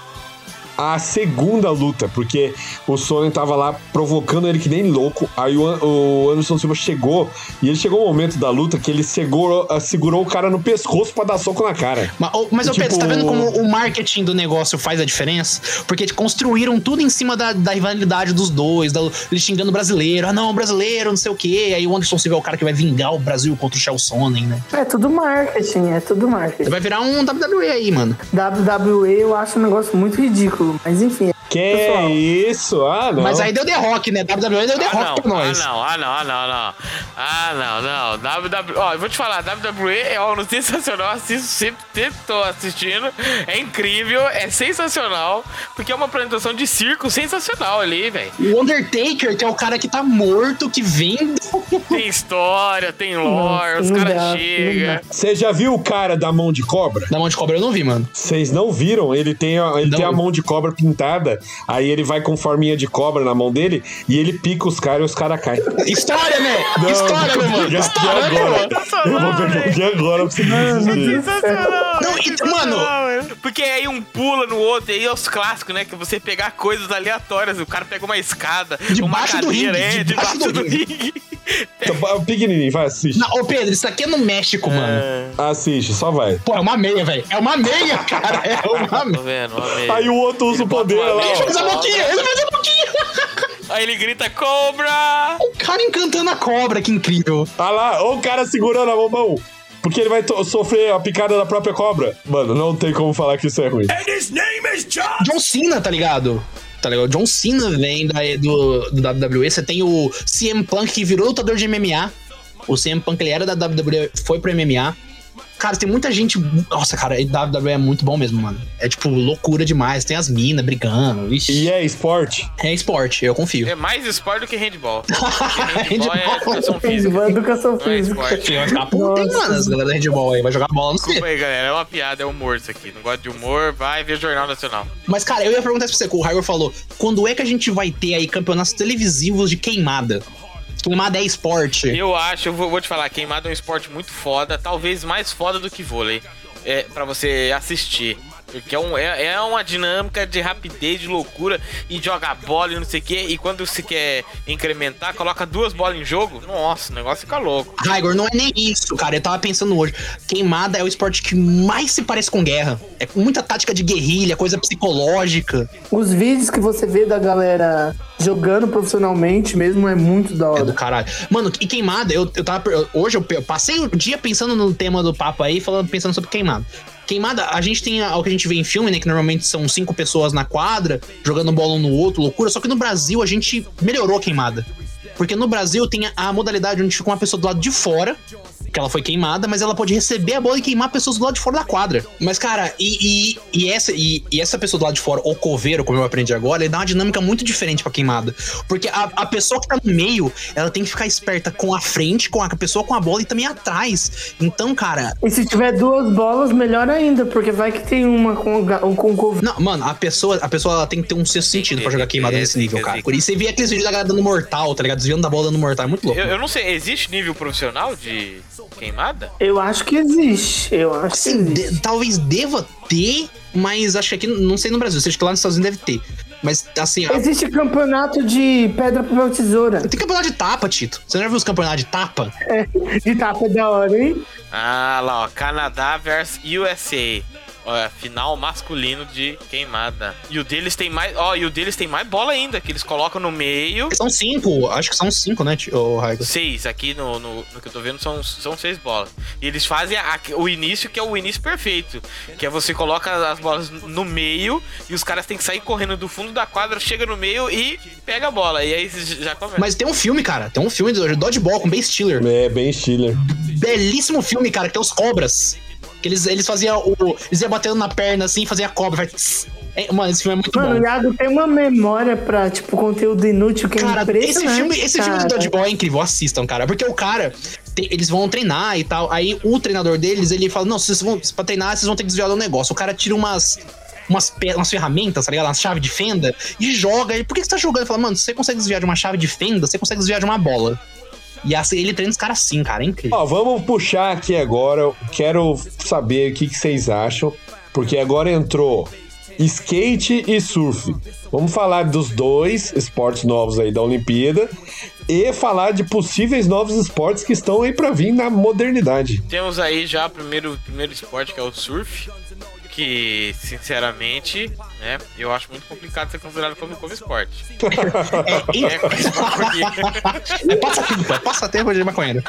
A segunda luta, porque o Sonnen tava lá provocando ele que nem louco. Aí o An- o Anderson Silva chegou e ele chegou um momento da luta que ele segurou, ah, segurou o cara no pescoço pra dar soco na cara. Mas, ô, mas ô, Tipo- Pedro, você tá vendo como o marketing do negócio faz a diferença? Porque construíram tudo em cima da, da rivalidade dos dois, da, ele xingando o brasileiro, ah não, brasileiro, não sei o quê. Aí o Anderson Silva é o cara que vai vingar o Brasil contra o Chelsonen, né? É tudo marketing, é tudo marketing. Vai virar um WWE aí, mano. WWE eu acho um negócio muito ridículo, mas enfim. é Que Pessoal. isso? Ah, não. Mas aí deu The Rock, né? WWE deu The Ah Rock não, pra nós. ah não, ah não, ah não, ah não. Ah não, não. WWE, ó, eu vou te falar, WWE é algo sensacional, assisto, sempre sempre tô assistindo. É incrível, é sensacional, porque é uma apresentação de circo sensacional ali, velho. O Undertaker, que é o cara que tá morto, que vem. Tem história, tem lore, Nossa, os não caras dá, não chegam. dá. Você já viu o cara da mão de cobra? Da mão de cobra eu não vi, mano. Vocês não viram? Ele, tem a, ele Não. tem a mão de cobra pintada, aí ele vai com forminha de cobra na mão dele e ele pica os caras e os caras caem. História, né? Não, História, eu meu vou mano. pegar aqui História, meu agora. mano. Eu vou pegar aqui agora pra vocês verem. Sensacional! Não, é e- sensacional, mano- velho. Porque aí um pula no outro, e aí é os clássicos, né? Que você pegar coisas aleatórias, o cara pega uma escada, uma Debaixo do cadeira, ringue, é, debaixo debaixo do do ringue. Então, Pequenininho, vai, assiste. Não, ô Pedro, isso aqui é no México, mano. Assiste, só vai. Pô, é uma meia, velho. É uma meia, cara. É uma meia. Tô vendo, amei. Aí o outro usa o poder bota uma lá. mecha. ó. Fez a boquinha, ele fez a boquinha. Aí ele grita, cobra! O cara encantando a cobra, que incrível. Ah lá, ó o cara segurando a mão. Porque ele vai to- sofrer a picada da própria cobra. Mano, não tem como falar que isso é ruim. John Cena, tá ligado? Tá ligado? John Cena vem da, do, do WWE. Você tem o CM Punk, que virou lutador de MMA. O CM Punk, ele era da WWE, foi pro MMA. Cara, tem muita gente. Nossa, cara, WWE é muito bom mesmo, mano. É tipo loucura demais. Tem as minas brigando. E Ixi. é esporte. É esporte, eu confio. É mais esporte do que handball. handball é Handball. educação física. Vai, Educação Não é física. esporte. Quem vai ficar puto, hein, mano? As galera da handball aí vai jogar bola no Desculpa aí, galera. É uma piada, é humor isso aqui. Não gosta de humor, vai ver Jornal Nacional. Mas, cara, eu ia perguntar isso pra você, que o Hyrule falou: quando é que a gente vai ter aí campeonatos televisivos de queimada? Queimada é esporte. Eu acho, eu vou, vou te falar, queimada é um esporte muito foda, talvez mais foda do que vôlei, é, para você assistir. Porque é, um- é- é uma dinâmica de rapidez, de loucura, e joga bola e não sei o quê. E quando você quer incrementar, coloca duas bolas em jogo, nossa, o negócio fica louco. Raigor, não é nem isso, cara. Eu tava pensando hoje. Queimada é o esporte que mais se parece com guerra. É com muita tática de guerrilha, coisa psicológica. Os vídeos que você vê da galera jogando profissionalmente mesmo é muito da É do hora. caralho. Mano, e queimada, eu, eu tava. eu- Hoje eu, pe- eu passei o dia pensando no tema do papo aí, falando, pensando sobre queimada. Queimada, a gente tem a- o que a gente vê em filme, né? Que normalmente são cinco pessoas na quadra, jogando bola um no outro, loucura. Só que no Brasil a gente melhorou a queimada. Porque no Brasil tem a, a modalidade onde fica uma pessoa do lado de fora, que ela foi queimada, mas ela pode receber a bola e queimar pessoas do lado de fora da quadra. Mas, cara, e, e- e essa, e, e essa pessoa do lado de fora, ou coveiro, como eu aprendi agora, ele dá uma dinâmica muito diferente pra queimada. Porque a, a pessoa que tá no meio, ela tem que ficar esperta com a frente, com a pessoa com a bola e também atrás. Então, cara. E se tiver duas bolas, melhor ainda, porque vai que tem uma com o ga- um com o Covid. Não, mano, a pessoa, a pessoa ela tem que ter um sexto sentido pra jogar queimada nesse nível, cara. Por isso você vê aqueles vídeos da galera dando mortal, tá ligado? Desviando da bola dando mortal. É muito louco. Eu, eu não sei, existe nível profissional de queimada? Eu acho que existe. Eu acho que Assim, existe. de- talvez deva ter, mas acho que aqui, não sei no Brasil, acho que lá nos Estados Unidos deve ter. Mas, assim, a- Existe campeonato de pedra, papel, tesoura. tem campeonato de tapa, Tito. Você já viu os campeonatos de tapa? De tapa tá, da hora, hein? Ah, lá, ó, Canadá versus USA. Ó, é a final masculino de queimada. E o deles tem mais, ó, e o deles tem mais bola ainda, que eles colocam no meio. São cinco, acho que são cinco, né, Tio ô, Raigo? Seis, aqui no, no, no que eu tô vendo são, são seis bolas. E eles fazem a- o início, que é o início perfeito. Que é você coloca as bolas no meio e os caras têm que sair correndo do fundo da quadra, chega no meio e pega a bola. E aí você já começa. Mas tem um filme, cara. Tem um filme do Dodgeball com Ben Stiller. É, bem Stiller. Belíssimo filme, cara, que tem os cobras. Que eles, eles faziam o. Eles iam batendo na perna assim, fazia a cobra. Vai, tss, É, mano, esse filme é muito Mano, o bom. Iago tem uma memória pra, tipo, conteúdo inútil que é Cara, esse impressionante. filme, esse filme do cara. Dodgeball é incrível, assistam, cara. Porque o cara, tem- eles vão treinar e tal. Aí o treinador deles, ele fala: Não, vocês vão, pra treinar, vocês vão ter que desviar do negócio. O cara tira umas. Umas, pe- umas ferramentas, tá ligado? Uma chave de fenda e joga. E por que que você tá jogando? Ele fala, mano, se você consegue desviar de uma chave de fenda, você consegue desviar de uma bola. E assim, ele treina os caras assim, cara. É incrível. Ó, vamos puxar aqui agora. Eu Quero saber o que, que vocês acham, porque agora entrou skate e surf. Vamos falar dos dois esportes novos aí da Olimpíada e falar de possíveis novos esportes que estão aí pra vir na modernidade. Temos aí já o primeiro, primeiro esporte que é o surf. Que, sinceramente, né, eu acho muito complicado ser considerado como, como esporte. É, É, porque- é passatempo, é passatempo de maconheiro.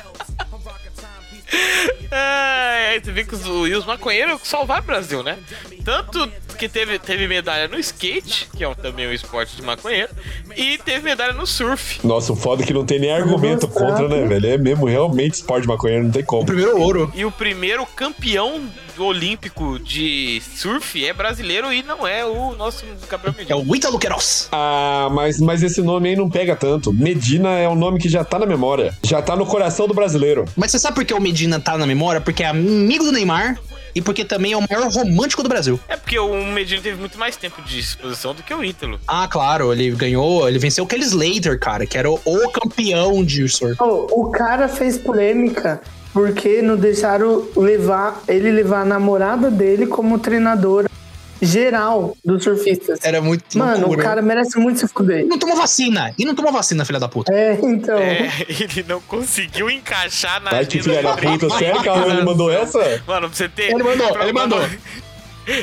É, aí você vê que os, e os maconheiros salvaram o Brasil, né? Tanto que teve, teve medalha no skate, que é um- também um esporte de maconheiro, e teve medalha no surf. Nossa, o foda é que não tem nem argumento contra, né, velho? É mesmo realmente esporte maconheiro, não tem como. Primeiro ouro. E o primeiro campeão olímpico de surf é brasileiro e não é o nosso campeão É mundial. o Ítalo Queiroz. Ah, mas, mas esse nome aí não pega tanto. Medina é um nome que já tá na memória, já tá no coração do brasileiro. Mas você sabe por que o Medina tá na memória? Porque é amigo do Neymar e porque também é o maior romântico do Brasil. É porque o Medina teve muito mais tempo de exposição do que o Ítalo. Ah, claro, ele ganhou, ele venceu o Kelly Slater, cara, que era o, o campeão de surf. Ô, o cara fez polêmica porque não deixaram levar ele levar a namorada dele como treinadora geral dos surfistas. Era muito Mano, o É loucura. né? cara merece muito se fuder. E não tomou vacina, e não tomou vacina, filha da puta. É, então. É, ele não conseguiu encaixar na Ai, que agenda filha da do Brasil. puta, sério que é a Rony mandou essa? Mano, pra você ter. Ele mandou, pra- ele mandou.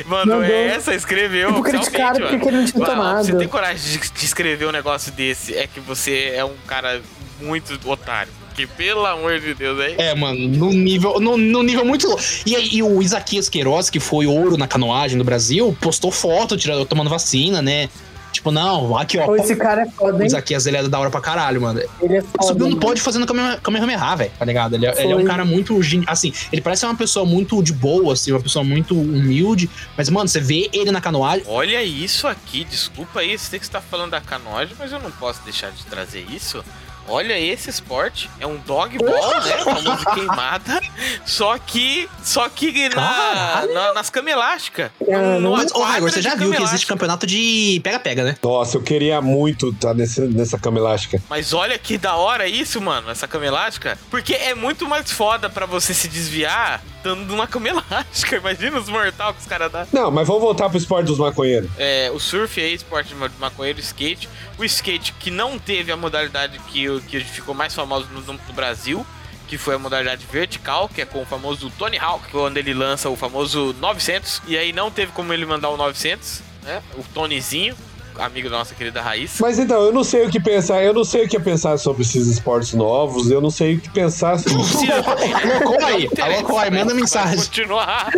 Mandou Mandou. essa, escreveu. Tipo, criticaram oficialmente, porque mano. ele não tinha Mano, tomado. Você tem coragem de, de escrever um negócio desse? É que você é um cara muito otário. Que pelo amor de Deus, aí. É, mano, no nível, no, no nível muito louco. E, aí, e o Isaquias Queiroz, que foi ouro na canoagem do Brasil, postou foto tirando, tomando vacina, né? Tipo, não, aqui ó, Pô, esse cara é foda, o hein? Isaquias ele é da hora pra caralho, mano. Ele é foda. subiu no né? pódio fazendo Kame- Kamehameha, velho, tá ligado? Ele, é- ele é um Foi. cara muito. gen- Assim, ele parece uma pessoa muito de boa, assim, uma pessoa muito humilde. Mas, mano, você vê ele na canoagem. Olha isso aqui, desculpa aí, você que está falando da canoagem, mas eu não posso deixar de trazer isso. Olha esse esporte, é um dog ball, né? Famoso queimada. Só que. Só que na, Caralho! na- nas cama elástica. Caralho. Numa Mas, ô, quadra Raigor, você de já cama viu que elástica. existe campeonato de pega-pega, né? Nossa, eu queria muito estar nesse, nessa cama elástica. Mas olha que da hora isso, mano, essa cama elástica. Porque é muito mais foda pra você se desviar dando numa cama elástica. Imagina os mortal que os caras dão. Não, mas vamos voltar pro esporte dos maconheiros. É, o surf aí, esporte de ma- de maconheiro, skate. O skate que não teve a modalidade que, o- que ficou mais famoso no, no Brasil, que foi a modalidade vertical, que é com o famoso Tony Hawk, quando ele lança o famoso 900. E aí não teve como ele mandar o 900, né? O Tonyzinho, amigo da nossa querida Raíssa. Mas então, eu não sei o que pensar, eu não sei o que pensar sobre esses esportes novos, eu não sei o que pensar Tipo, sobre... Precisa- Alô, Coy, alô, Coy, manda Vai mensagem. Continuar.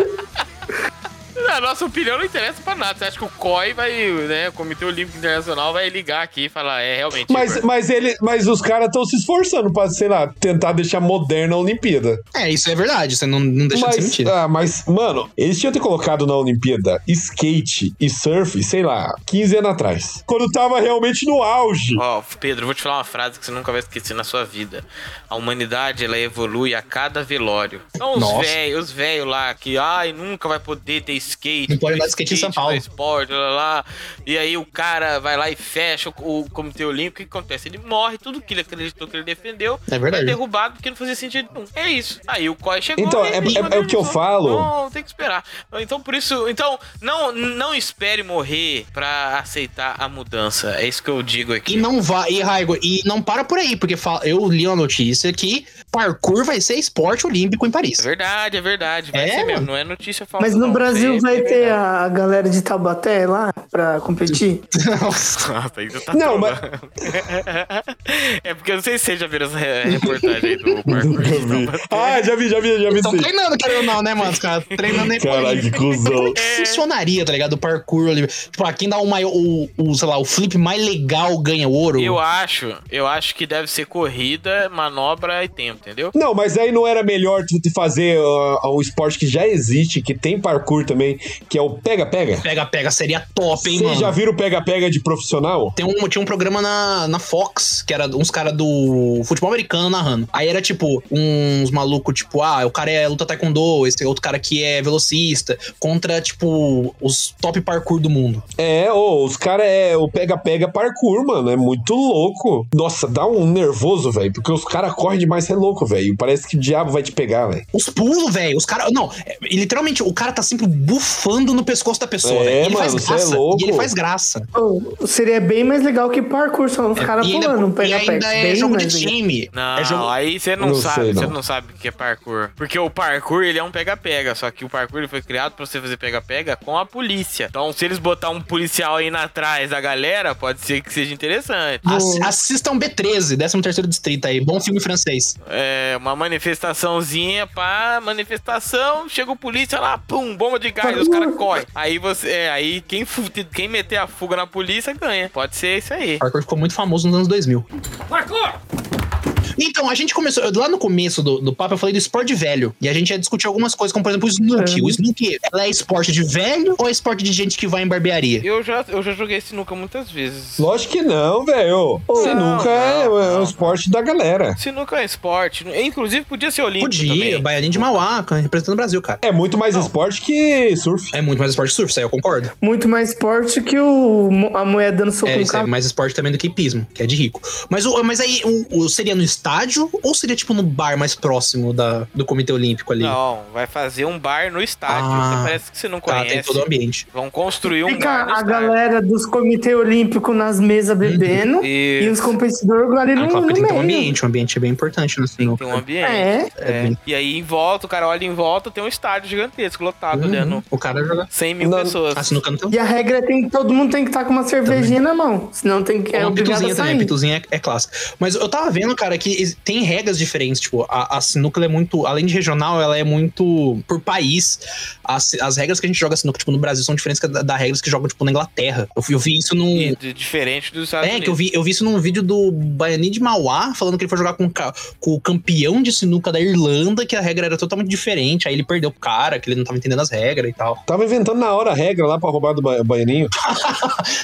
A nossa opinião não interessa pra nada. Você acha que o COI vai, né? O Comitê Olímpico Internacional vai ligar aqui e falar, é realmente. Mas, tipo, Igor, mas, ele, mas os caras estão se esforçando pra, sei lá, tentar deixar moderna a Olimpíada. É, isso é verdade, você não, não deixa de ser Mas, mentira. ah, mas, mano, eles tinham ter colocado na Olimpíada skate e surf, sei lá, 15 anos atrás. Quando tava realmente no auge. Ó, Pedro, eu vou te falar uma frase que você nunca vai esquecer na sua vida. A humanidade, ela evolui a cada velório. Então, os Nossa. velhos, os velhos lá que, ai, nunca vai poder ter skate. Não ter pode andar de skate em São Paulo. não é esporte, lá, lá, lá. E aí o cara vai lá e fecha o, o Comitê Olímpico. O que acontece? Ele morre, tudo que ele acreditou que ele defendeu É verdade. foi derrubado porque não fazia sentido nenhum. É isso. Aí o COI chegou. Então, e- é- e é- é o que eu modernizou. falo. Não, tem que esperar. Então, por isso. Então, não, não espere morrer pra aceitar a mudança. É isso que eu digo aqui. E não vai, e Raigor, e não para por aí, porque fala- eu li uma notícia que parkour vai ser esporte olímpico em Paris. É verdade, é verdade. Vai É, ser mesmo. mano. Não é notícia falsa. Mas no não. Brasil Isso aí vai é ter verdade. a galera de Taubaté lá pra competir? Nossa, ainda tá Não, tudo. mas- é porque eu não sei se vocês já viram essa re- reportagem aí do parkour. Ah, já vi, já vi, já vi Estão sim. treinando, querendo ou não, né, mano? Os caras treinando nem Caralho, que cuzão. funcionaria, tá ligado? O parkour ali. Tipo, ah, quem dá o maior, o, o, sei lá, o flip mais legal ganha ouro. Eu acho, eu acho que deve ser corrida, manobra e tempo, entendeu? ah, Não, mas aí não era melhor tu te fazer ah, um esporte que já existe, que tem parkour também, também, que é o pega-pega. Pega-pega seria top, hein, Vocês mano? já viram o pega-pega de profissional? Tem um, tinha um programa na, na Fox, que era uns caras do futebol americano narrando. Aí era tipo, uns malucos, tipo, ah, o cara é luta taekwondo, esse outro cara que é velocista, contra, tipo, os top parkour do mundo. É, ô, os caras é o pega-pega parkour, mano. É muito louco. Nossa, dá um nervoso, velho. Porque os caras correm demais, você é louco, velho. Parece que o diabo vai te pegar, velho. Os pulos, velho, os caras. Não, é- literalmente, o cara tá sempre bufando no pescoço da pessoa, É, velho. E Ele faz mano, cê é graça. louco. E ele faz graça. Pô, seria bem mais legal que parkour, só os caras É, e ainda, pulando, um e pega-pega. ainda é Bem jogo de mais legal. time. Não, é jogo... aí você não, Não sabe, sei, você não. não sabe o que é parkour. Porque o parkour, ele é um pega-pega, só que o parkour ele foi criado pra você fazer pega-pega com a polícia. Então, se eles botar um policial aí na trás da galera, pode ser que seja interessante. Ass- assistam B13, 13º Distrito aí. Bom filme francês. É, uma manifestaçãozinha pra manifestação, chega o polícia lá, pum, bomba de gás, os caras correm. Aí você, é, aí quem, fu- quem meter a fuga na polícia ganha. Pode ser isso aí. Parkour ficou muito famoso nos anos 2000. Parkour! Então, a gente começou. Lá no começo do, do papo, eu falei do esporte de velho. E a gente ia discutir algumas coisas, como por exemplo o Snook. O Snook, ela é esporte de velho ou é esporte de gente que vai em barbearia? Eu já, eu já joguei sinuca muitas vezes. Lógico que não, velho. Você Não, nunca é, não, é não. um esporte da galera. Sinuca é esporte. Inclusive, podia ser olímpico Podia, também. baianinho de Mauá, representando o Brasil, cara. É muito mais esporte que surf. É muito mais esporte que surf, isso aí eu concordo. Muito mais forte que o, mo- a mulher dando soco É, no isso é carro. mais esporte também do que hipismo, que é de rico. Mas, o- mas aí, o, o- seria no estádio ou seria, tipo, no bar mais próximo da, do Comitê Olímpico ali? Não, vai fazer um bar no estádio. Ah, Você parece que você não Tá, tem conhece. todo o ambiente. Vão construir um Fica né, bar no a estádio. galera dos comitê olímpico nas mesas bebendo Isso. e os competidores ali Uhum. Ah, no, claro, no porque tem que ter um meio. ambiente, né? um ambiente é bem importante no sinuca. Tem um ambiente. É, É. bem- E aí em volta, o cara olha em volta, tem um estádio gigantesco, lotado, Uhum, olhando O cara joga. 100 mil Não, pessoas. Ah, sinuca não tem e a regra é tem que todo mundo tem que estar com uma cervejinha na mão, senão tem que É é uma obrigado a pituzinha também, sair. pituzinha é, é clássica. Mas eu tava vendo, cara, que ex- tem regras diferentes. Tipo, a, a sinuca ela é muito. Além de regional, ela é muito por país. As, as regras que a gente joga sinuca, tipo, no Brasil são diferentes da, da regras que jogam, tipo, na Inglaterra. Eu, fui- eu vi isso num. E de- diferente dos Estados É, Unidos. que eu vi, eu vi isso num vídeo do Baianinho de Mauá, falando que ele foi jogar com, o ca- com o campeão de sinuca da Irlanda, que a regra era totalmente diferente. Aí ele perdeu pro cara, que ele não tava entendendo as regras e tal. Tava inventando na hora a regra lá pra roubar do ba- baianinho.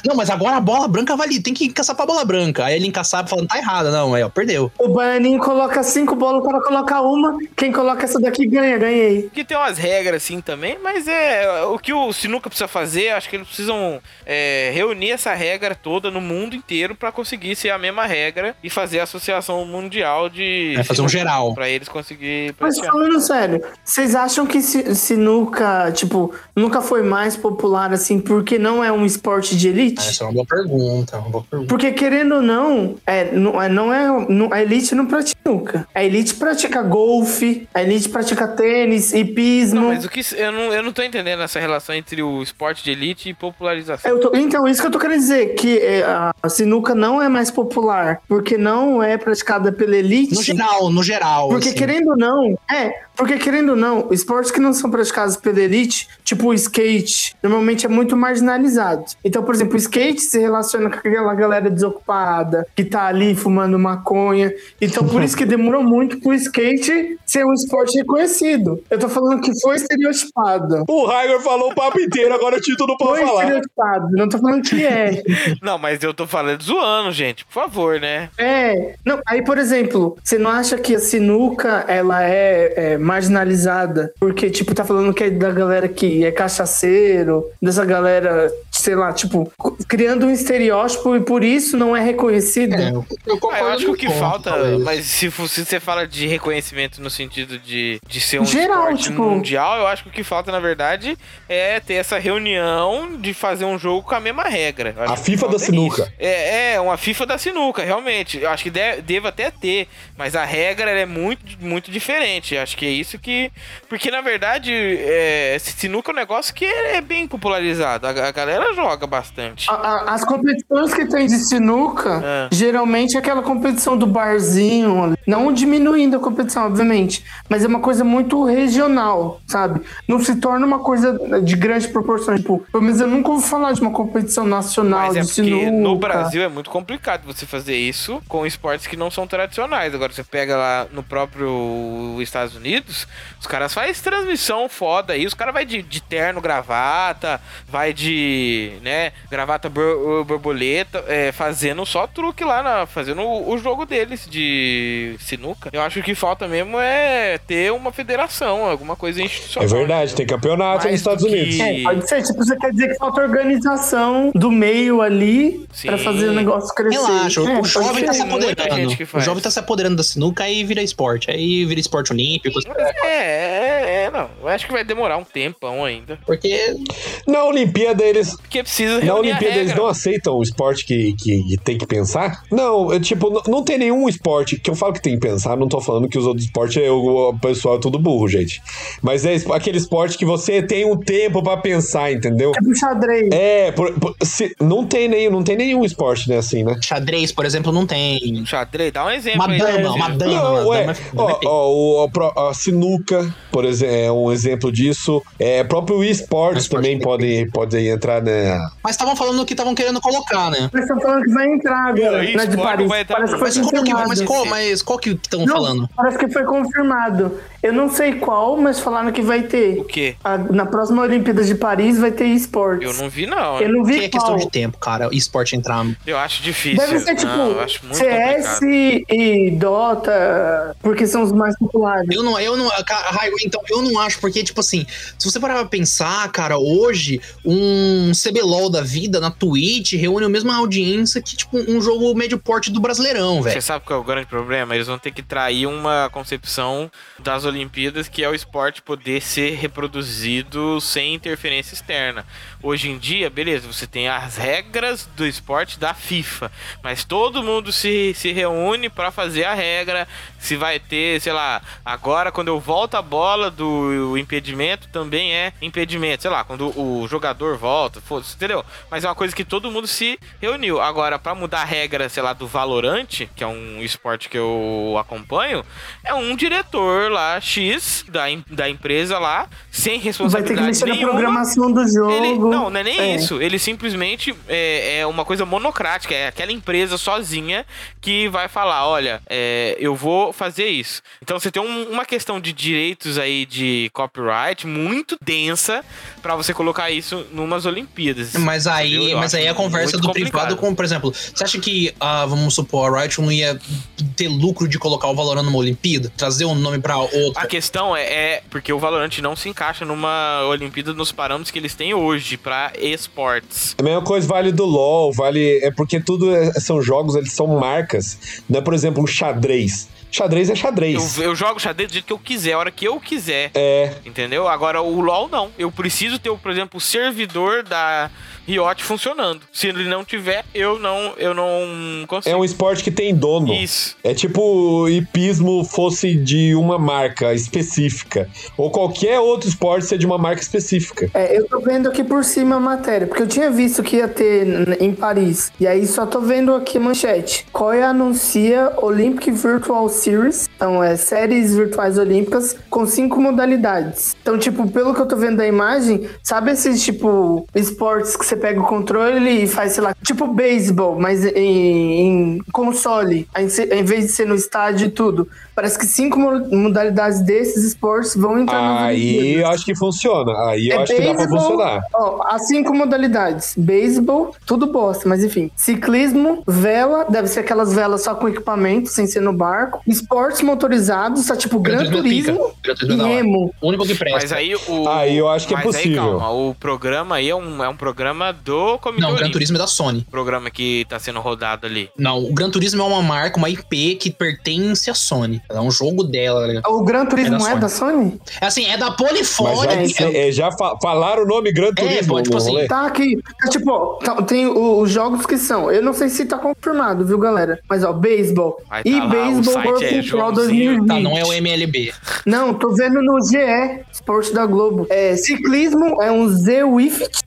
Não, mas agora a bola branca vale, tem que caçar pra bola branca. Aí ele encaçava falando, tá errado, não, aí ó, perdeu. O baianinho coloca cinco bolas, o cara coloca uma. Quem coloca essa daqui ganha, ganhei. Porque tem umas regras assim também, mas é o que o Sinuca precisa fazer, acho que eles precisam é, reunir essa regra toda no mundo inteiro pra conseguir ser a mesma regra e fazer a associação mundial de É, fazer um sinuca, geral. Pra eles conseguirem Mas praticar. falando sério, vocês acham que si- sinuca, tipo, nunca foi mais popular assim porque não é um esporte de Ah, elite? Essa é uma boa pergunta, uma boa É. pergunta. Porque querendo ou não, é, não, é, não é, não- a elite não pratica nunca. A elite pratica golfe, a elite pratica tênis, hipismo. Não, mas o que eu não, eu não tô entendendo essa relação entre o esporte de elite e popularização. Eu tô- então, isso que eu tô querendo dizer, que é, a sinuca não é mais popular, porque não é praticada pela elite. No geral, no geral. Porque assim. querendo ou não, é, porque querendo ou não, esportes que não são praticados pela elite, tipo o skate, normalmente é muito marginalizado. Então, por exemplo, o skate se relaciona com aquela galera desocupada que tá ali fumando maconha. Então, por isso que demorou muito pro skate ser um esporte reconhecido. Eu tô falando que foi estereotipado. O Raigor falou o papo inteiro, agora o título não Foi pode falar. estereotipado, não tô falando que é. Não, mas eu tô falando zoando, gente. Por favor, né? É, não, aí, por exemplo, você não acha que a sinuca, ela é, é, marginalizada? Porque, tipo, tá falando que é da galera que é cachaceiro, dessa galera, sei lá, tipo, cu- criando um estereótipo e por isso não é É, reconhecida. eu, eu Ah, eu concordo acho que o que com- falta, é talvez. mas se, fo- se você fala de reconhecimento no sentido de, de ser um Geral, esporte tipo- mundial, eu acho que o que falta, na verdade, é ter essa reunião de fazer um jogo com a mesma regra. Eu acho A que o que FIFA da falta é sinuca. isso. É, é, uma FIFA da sinuca, realmente. Eu acho que de, devo até ter, mas a regra ela é muito, muito diferente. Eu acho que é isso que. Porque, na verdade, é, esse sinuca é um negócio que é bem popularizado. A, a galera ainda joga bastante. A- a- as competições que tem de sinuca, É. geralmente é aquela competição do barzinho, ali. não diminuindo a competição, obviamente, mas é uma coisa muito regional, sabe? Não se torna uma coisa de grande proporção. Tipo, pelo menos eu nunca ouvi falar de uma competição nacional Mas é de porque sinuca. no Brasil é muito complicado você fazer isso com esportes que não são tradicionais. Agora você pega lá no próprio Estados Unidos, os caras fazem transmissão foda aí, os caras vai de, de terno, gravata, vai de, né, gravata bor- borboleta, é, fazendo só truque lá, na- fazendo o, o jogo deles de sinuca. Eu acho que falta mesmo é ter uma federação, alguma coisa É institucional. verdade, tem campeonato Mais nos Estados do que- Unidos. É, pode ser. Tipo, você quer dizer que falta organização do meio ali pra Sim. fazer o negócio crescer. Relaxa, É, o- o pode jovem ser. tá se Tem muita apoderando. gente que O faz. jovem tá se apoderando da sinuca aí vira esporte. Aí vira esporte olímpico. É, é, é, não. Eu acho que vai demorar um tempão ainda. Porque Na Olimpíada eles. Porque precisa reunir Na a Olimpíada eles é regra. não aceitam o esporte que, que, que tem que pensar? Não, é tipo, n- não tem nenhum esporte que eu falo que tem que pensar, não tô falando que os outros esportes é o, o pessoal é tudo burro, gente. Mas é es- aquele esporte que você tem um tempo pra pensar, entendeu? Tipo xadrez. É, por- por- se- não, tem nenhum, não tem nenhum esporte, né, assim, né? xadrez, por exemplo, não tem. Xadrez, dá um exemplo Uma aí. né? dama, uma dama. Não, uma ué, dama- ó, dama é- ó, o- a pro- a sinuca, por exemplo, é um exemplo disso. É, próprio esportes Esporte também tem- podem pode entrar né? na... Mas estavam falando que estavam querendo colocar, né? Mas estão falando que vai entrar agora, Isso, na de claro, Paris. vai entrar. Parece que foi Mas como que, confirmado. mas qual, mas qual que estão Não, falando? Parece que foi confirmado. Eu não sei qual, mas falaram que vai ter. O quê? A- na próxima Olimpíada de Paris vai ter esportes. Eu não vi, não. Eu não vi Que é qual. questão de tempo, cara. Esporte entrar. Eu acho difícil. Deve ser tipo é Não, eu acho muito CS complicado. e Dota, porque são os mais populares. Eu não, eu não, ca- Raigo, então, eu não acho, porque, tipo assim, se você parar pra pensar, cara, hoje, um CBLOL da vida na Twitch reúne a mesma audiência que, tipo, um jogo médio porte do Brasileirão, Você velho. sabe qual é o grande problema? Eles vão ter que trair uma concepção das Olimpíadas que é o esporte poder ser reproduzido sem interferência externa. Hoje em dia, beleza, você tem as regras do esporte da FIFA, mas todo mundo se, se reúne pra fazer a regra. Se vai ter, sei lá, agora quando eu volto a bola do o impedimento também é impedimento, sei lá, quando o jogador volta, foda-se, entendeu? Mas é uma coisa que todo mundo se reuniu. Agora, pra mudar a regra, sei lá, do Valorante, que é um esporte que eu acompanho, é um diretor lá, X, da, em- da empresa lá, sem Vai ter que responsabilidade mexer na nenhuma. programação do jogo. Ele- não, não é nem É. isso. Ele simplesmente é, é uma coisa monocrática. É aquela empresa sozinha que vai falar: olha, é, eu vou fazer isso. Então você tem um- uma questão de direitos aí de copyright muito densa pra você colocar isso numas Olimpíadas. Mas Entendeu? aí, Eu mas acho aí a conversa muito do complicado. privado com, por exemplo, você acha que, ah, vamos supor, a Riot não ia ter lucro de colocar o Valorant numa Olimpíada? Trazer um nome pra outra? A questão é, é porque o Valorant não se encaixa numa Olimpíada nos parâmetros que eles têm hoje pra esportes. A mesma coisa vale do LoL, vale. É porque tudo é- são jogos, eles são marcas. Não é, por exemplo, um xadrez. Xadrez é Eu, xadrez. eu jogo xadrez do jeito que eu quiser, a hora que eu quiser. É. Entendeu? Agora, o LoL não. Eu preciso ter, por exemplo, o servidor da Riot funcionando. Se ele não tiver, eu não, eu não É consigo. um esporte que tem dono. Isso. É tipo o hipismo fosse de uma marca específica. Ou qualquer outro esporte ser de uma marca específica. É, eu tô vendo aqui por cima a matéria, porque eu tinha visto que ia ter n- em Paris. E aí só tô vendo aqui a manchete. Koya anuncia Olympic Virtual Series, então é séries virtuais olímpicas com cinco modalidades. Então, tipo, pelo que eu tô vendo da imagem, sabe esses tipo esportes que você pega o controle e faz, sei lá, tipo beisebol, mas em, em console, em, se- em vez de ser no estádio e tudo. Parece que cinco mo- modalidades desses esportes vão entrar nas Aí Olimpíadas. eu acho que funciona. Aí eu É acho que dá pra beisebol, funcionar. Ó, as cinco modalidades: beisebol, tudo bosta, mas enfim. Ciclismo, vela, deve ser aquelas velas só com equipamento, sem ser no barco. Esportes motorizados, tá tipo Gran Gran Turismo Turismo pica. Gran Turismo é da e hora. emo. O único que presta. Mas aí o. Aí eu acho que é mas aí, possível. calma, o programa aí é um, é um programa do Comitê Não, o Gran Olímpico. Turismo é da Sony. O programa que tá sendo rodado ali. Não, o Gran Turismo é uma marca, uma IP que pertence à Sony. É um jogo dela. O Gran Turismo é, É da da Sony? É Assim, é da Mas Polifone. vai ser- é, já fa- falaram o nome Gran Turismo pô, tipo no assim, rolê? Tá aqui. Tá, tipo, ó, tá- tem o- os jogos que são. Eu não sei se tá confirmado, viu, galera? Mas ó, beisebol. Aí tá E lá, o beisebol site é World jogo, Pro 2020. Tá, não é o MLB. Não, tô vendo no GE, esporte da Globo. É, ciclismo é um ZWIFT,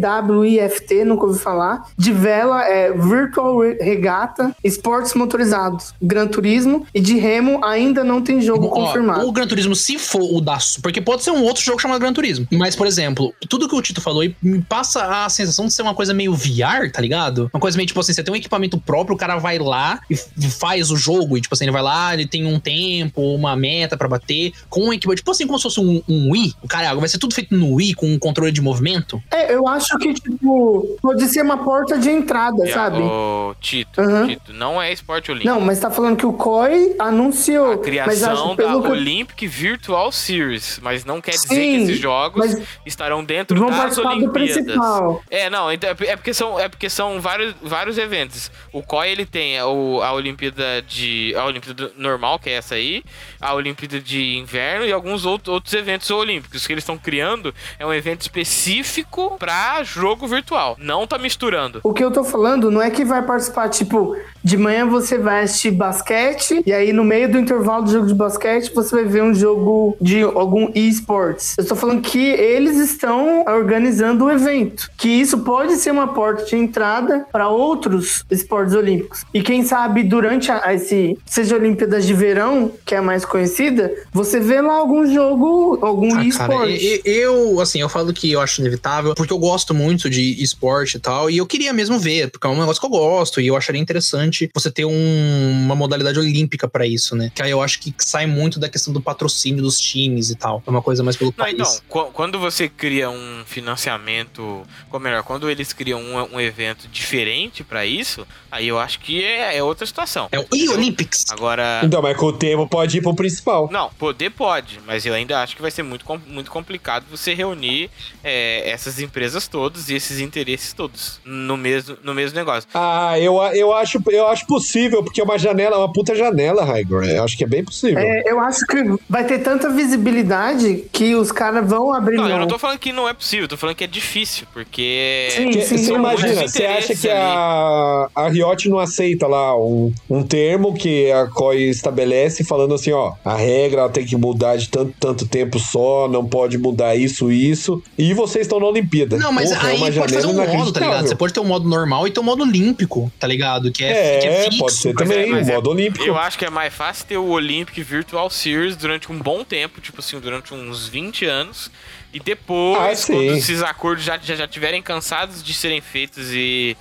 ZWIFT, nunca ouvi falar. De vela é Virtual Re- Regata, esportes motorizados, Gran Turismo. E de remo ainda não tem jogo Ó, confirmado. o Gran Turismo, se for o da. Porque pode ser um outro jogo chamado Gran Turismo. Mas, por exemplo, tudo que o Tito falou aí me passa a sensação de ser uma coisa meio VR, tá ligado? Uma coisa meio tipo assim: você tem um equipamento próprio, o cara vai lá e f- faz o jogo. E tipo assim, ele vai lá, ele tem um tempo, uma meta pra bater, com um equipamento. Tipo assim, como se fosse um, um Wii. O cara vai ser tudo feito no Wii, com um controle de movimento. É, eu acho que, tipo, pode ser uma porta de É, entrada, sabe? Ô, Tito, Aham. Tito, não é esporte olímpico. Não, mas tá falando que o COI anunciou. A mas acho criação que da pelo que eu Olympic Virtual Series, mas não quer dizer Sim, que esses jogos mas estarão dentro vão das participar do Olimpíadas. principal. É, não, então é é porque são, é porque são vários, vários eventos. O COI ele tem a, o- a Olimpíada de. A Olimpíada normal, que é essa aí, a Olimpíada de Inverno e alguns outro- outros eventos olímpicos. O que eles estão criando é um evento específico pra jogo virtual. Não tá misturando. O que eu tô falando não é que vai participar, tipo, de manhã você vai assistir basquete, e aí no meio do intervalo do jogo de basquete você vai ver um jogo de algum esportes. Eu tô falando que eles estão organizando o evento. Que isso pode ser uma porta de entrada para outros esportes olímpicos. E quem sabe durante a, a esse, seja Olimpíadas de Verão, que é a mais conhecida, você vê lá algum jogo, algum Ah, esporte. cara, e- e- eu, assim, eu falo que eu acho inevitável, porque eu gosto muito de esporte e tal, e eu queria mesmo ver, porque é um negócio que eu gosto, e eu acharia interessante você ter um- uma modalidade olímpica pra isso, né? Que aí eu acho que sai muito da questão do patrocínio dos times e tal. É uma coisa mais pelo Não, país. então, qu- quando você cria um financiamento, ou melhor, quando eles criam um, um evento diferente pra isso, aí eu acho que é, é outra situação. É o e Olympics. Agora, Então, mas com o tempo pode ir pro principal. não, poder pode, mas eu ainda acho que vai ser muito, com- muito complicado você reunir é, essas empresas todas e esses interesses todos no mesmo, no mesmo negócio. Ah, eu, a- eu, acho, eu acho possível, porque é uma janela, uma puta janela, Raigor. Eu acho que é bem possível. É, eu acho que vai ter tanta visibilidade que os caras vão abrir Não, mão. eu não tô falando que não é possível, eu tô falando que é difícil, porque. é, Sim, Que- sim, você sim. imagina, muitos você acha que é interesses a, a Riot não aceita lá um, um termo que a COI estabelece falando assim, ó, a regra ela tem que mudar de tanto, tanto tempo só, não pode mudar isso, isso, e vocês estão na Ah, Olimpíada. Não, mas Porra, é aí uma pode fazer um janela modo, tá ligado? inacreditável. Você pode ter um modo normal e ter um modo olímpico, tá ligado? Que é, que É, fixo. pode ser mas é- também, mas é- modo olímpico. Eu acho que é mais fácil ter o Olympic Virtual Series durante um bom tempo, tipo assim, durante uns 20 anos. E Ah, depois, sim. quando esses acordos já, já, já tiverem cansados de serem feitos e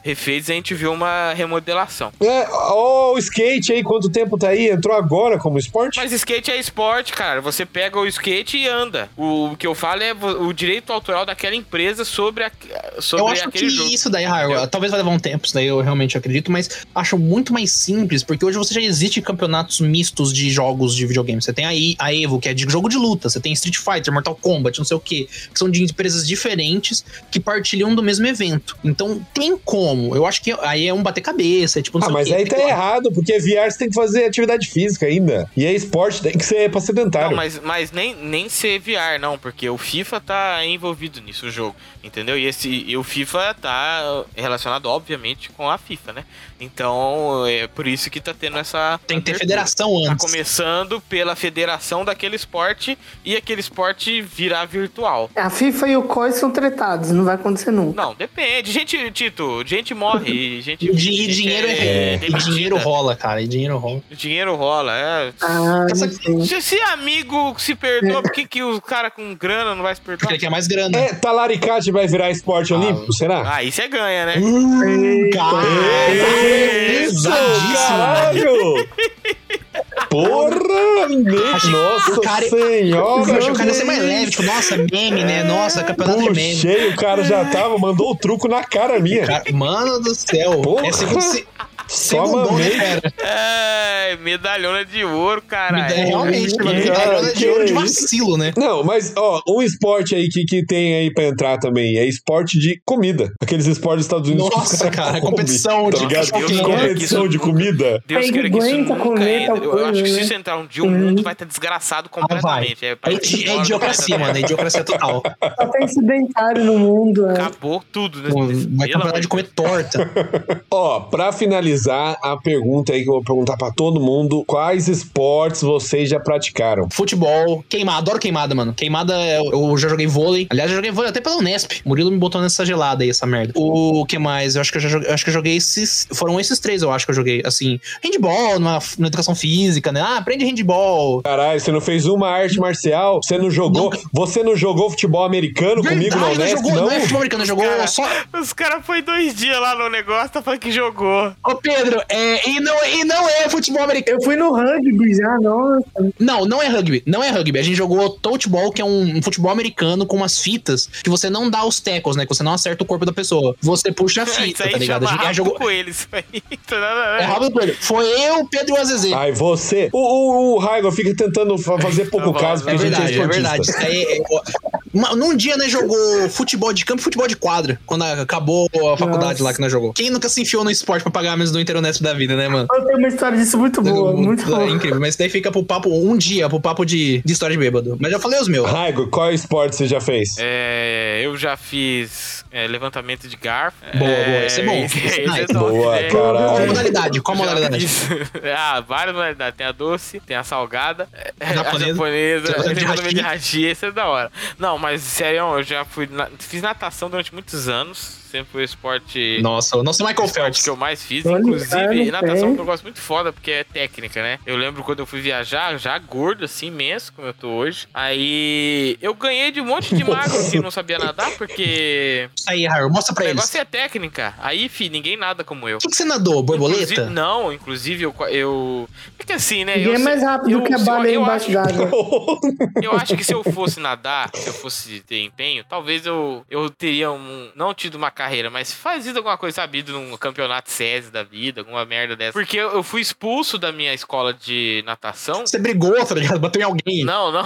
refeitos, a gente vê uma remodelação. É, ó, o skate aí, quanto tempo tá aí? Entrou agora como esporte? Mas skate é esporte, cara. Você pega o skate e anda. O, o que eu falo é vo- o direito autoral daquela empresa sobre, a, sobre eu acho que aquele jogo. isso daí, Raio, Entendeu? talvez vai levar um tempo, isso daí eu realmente acredito, mas acho muito mais simples, porque hoje você já existe campeonatos mistos de jogos de videogame. Você tem a, E- a Evo, que é de jogo de luta, você tem Street Fighter, Mortal Kombat, não sei o quê, que são de empresas diferentes que partilham do mesmo evento. Então tem como. Eu acho que aí é um bater cabeça, é tipo, não Ah, sei o mas quê. aí tá errado, porque VR você tem que fazer atividade física ainda. E é esporte, tem que ser pra sedentário. Não, mas, mas nem, nem ser VR, não, porque o FIFA tá envolvido nisso, o jogo, entendeu? E, esse, e o FIFA tá relacionado, obviamente, com a FIFA, né? Então, é por isso que tá tendo essa. Tem que ter abertura. federação Tá antes. começando pela federação daquele esporte e aquele esporte virar virtual. A FIFA e o COI são tretados, não vai acontecer nunca. Não, depende. Gente, Tito, gente morre. Gente, E di- e gente dinheiro é, e demitida. dinheiro rola, cara, e dinheiro rola. Dinheiro rola, é. Ah, Essa- não sei. Se, se amigo se perdoa, por que, que o cara com grana não vai se perdoar? Porque ele quer mais grana. É, talaricate vai virar esporte olímpico, será? Ah, isso é ganha, né? Cara, É Isso, caralho! Porra! meu- Achei- Nossa o cara- é senhora! Eu achei o cara ia ser mais gente. leve, tipo, nossa, meme, né? Nossa, campeonato de meme. Puxei, o cara já tava, mandou o truco na cara minha. Cara, mano do céu. Porra. É segundo, se, Só segundão, né, mamei. cara? É, medalhona de ouro, caralho. É, realmente, que mano. cara, Medalhona de que ouro de isso. vacilo, né? Não, mas, ó, um esporte aí que, que tem aí pra entrar também é esporte de comida. Aqueles esportes dos Estados Unidos. que os Nossa, cara, comem, competição Tá de né? ligado? cachorro quente. Competição de comida. Deus Tem queira que que isso aguenta nunca comer entre. tal Eu acho coisa, que se né? isso entrar um dia, o mundo vai estar desgraçado completamente. É, É, parece que idi- é fora do idiocracia, planeta. mano. É idiocracia total. Só tem sedentário no mundo. é. Acabou tudo, né? Pô, Vai Pelo amor campeonato de comer torta. Ó, pra finalizar, a pergunta aí que eu vou perguntar pra todo todo mundo quais esportes vocês já praticaram. Futebol, queimada, adoro queimada, mano. Queimada, eu, eu já joguei vôlei. Aliás, já joguei vôlei até pela Unesp. O Murilo me botou nessa gelada aí, essa merda. O que mais? Eu acho que eu já joguei, eu acho que eu joguei esses. Foram esses três, eu acho que eu joguei. Assim, handball numa, na educação física, né? Ah, aprende handball. Caralho, você não fez uma arte marcial? Você não jogou? Você não jogou futebol americano comigo na não Unesp, jogou, não, não? é futebol americano, jogou Cara. só. Os caras foi dois dias lá no negócio, tá falando que jogou. Ô, Pedro, é, e, não, e não é futebol americano. Eu fui no rugby já, nossa. Não, não é rugby. Não é rugby. A gente jogou toutball, que é um, um futebol americano com umas fitas que você não dá os tecos, né? Que você não acerta o corpo da pessoa. Você puxa a isso fita, aí tá chama ligado? A gente a rápido jogou. com eles. Isso aí. Tá nada a ver. É rápido, Pedro. Foi eu, Pedro e o Azezê. Ai, você. O, o, o Raigo fica tentando fa- fazer pouco bom, caso, é porque a gente é é esportista. verdade. Isso aí é- Uma- num dia, né, jogou futebol de campo e futebol de quadra, quando a- acabou a faculdade Nossa. lá que nós jogou. Quem nunca se enfiou no esporte pra pagar menos do Interonesto da vida, né, mano? Eu tenho uma história disso muito um boa, muito é então, boa. incrível, mas daí fica pro papo um dia, pro papo de, de história de bêbado. Mas já falei os meus. Raigo, qual esporte você já fez? É, eu já fiz é, levantamento de garfo. Boa, boa, esse é bom, esse- esse é esse nice. top, Boa, né? Qual caralho. modalidade? Qual Já modalidade? fiz- ah, várias modalidades. Tem a doce, tem a salgada, é, Japonesa. a japonesa, Japonesa de levantamento de hashi. hashi, esse é da hora. Não, mas sério, eu já fui. na- fiz natação durante muitos anos. Sempre foi o esporte. Nossa, o nosso é Michael esporte Phelps. que eu mais fiz, Olha, inclusive, cara, natação é um tem. negócio muito foda, porque é técnica, né? Eu lembro quando eu fui viajar, já gordo, assim, imenso, como eu tô hoje. Aí eu ganhei de um monte de magro que não sabia nadar, porque Isso aí, Harold, mostra o pra eles. negócio é técnica. Aí, fi, ninguém nada como eu. O que, que você nadou? Inclusive, Borboleta? não, inclusive eu. qua- eu é que assim, né? Ninguém eu é se- mais rápido eu- que a se eu- baleia eu embaixo acho- d'água. eu acho que se eu fosse nadar, se eu fosse ter empenho, talvez eu, eu teria um. Não tido uma carreira, mas fazido alguma coisa, sabe? Ido num campeonato SESI da vida, alguma merda dessa. Porque eu, eu fui expulso da minha escola de natação. Você brigou, tá ligado? Bateu em alguém. Não, não.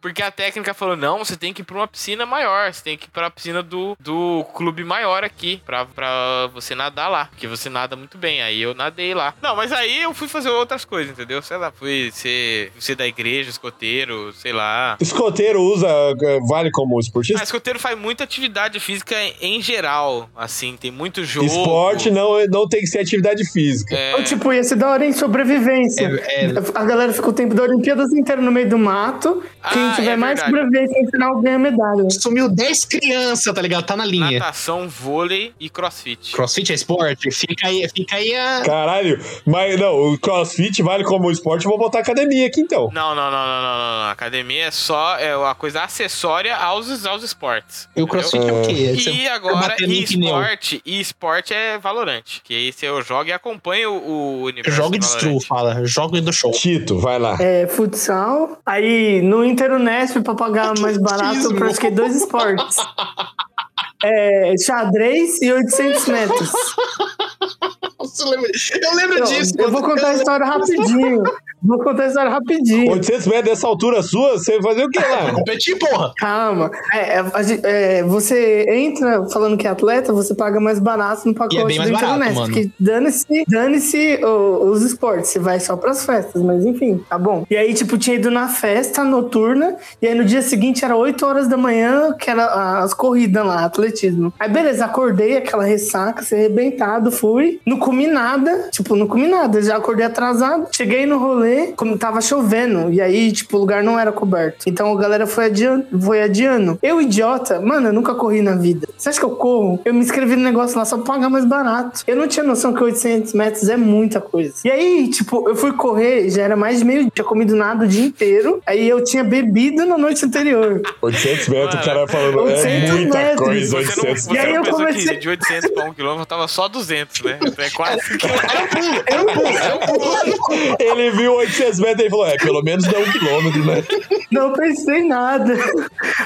Porque a técnica falou: não, você tem que ir pra uma piscina maior. Você tem que ir pra piscina do, do clube maior aqui. Pra, pra você nadar lá. Porque você nada muito bem. Aí eu nadei lá. Não, mas aí eu fui fazer outras coisas, entendeu? Sei lá, fui ser, ser da igreja, escoteiro, sei lá. Escoteiro usa, eh, vale como Ah, esportista? escoteiro faz muita atividade física em geral, assim, tem muito jogo. É. Esporte né? não, não tem que ser atividade física. Ou, tipo, ia ser da hora em sobrevivência. É, é. A galera fica o tempo da Olimpíadas inteira no meio do mato. Quem Ah, tiver é mais verdade. sobrevivência no final ganha medalha. Sumiu 10 crianças, tá ligado? Tá na linha. Natação, vôlei e crossfit. Crossfit é esporte? Fica aí, fica aí a. Caralho, mas não, o crossfit vale como esporte, eu vou botar academia aqui então. Não, não, não, não, não, não, não. Academia é só é uma coisa acessória aos, aos esportes. E o crossfit é o quê? Você E agora, batendo e em pneu. esporte, e esporte é valorante. Que esse eu jogo e acompanho o universo. Joga e do destrua, Valorant. fala. Joga e do show. Tito, vai lá. É, futsal. Aí, no Inter Unesp, pra pagar mais barato, eu Atletismo. pratiquei dois esportes. É, xadrez e 800 metros. Nossa, eu lembro, eu lembro Eu, disso. eu vou contar a história rapidinho. Vou contar a história rapidinho. 800 metros dessa altura sua, você vai fazer o quê lá? Competir, porra. Calma. É, é, a gente- é, você entra falando que é atleta, você paga mais barato no pacote E é bem mais do barato, internet. mano. Porque dane-se dane os esportes, você vai só pras festas, mas enfim, tá bom. E aí, tipo, tinha ido na festa noturna, e aí no dia seguinte era 8 horas da manhã, que era as corridas lá, atletismo. Aí, beleza, acordei, aquela ressaca, ser arrebentado, fui. Não comi nada, tipo, não comi nada, já acordei atrasado. Cheguei no rolê, como tava chovendo, e aí, tipo, o lugar não era coberto. Então a galera foi adiando, foi adiando. Eu, idiota, mano, eu nunca corri na vida. Você acha que eu corro? Eu me inscrevi no negócio lá só pra pagar mais barato. Eu não tinha noção que 800 metros é muita coisa. E aí, tipo, eu fui correr, já era mais de meio dia, tinha comido nada o dia inteiro. Aí eu tinha bebido na noite anterior. 800 metros, o cara falando, é 800 muita metros. coisa, Você não, 800 você E aí não eu pensou comecei- que de 800 pra 1 km tava só 200, né? Então é quase que Era um pulo, era um pulo, era um pulo. Ele viu 800 metros e falou, é, pelo menos dá um quilômetro, né? Não pensei em nada.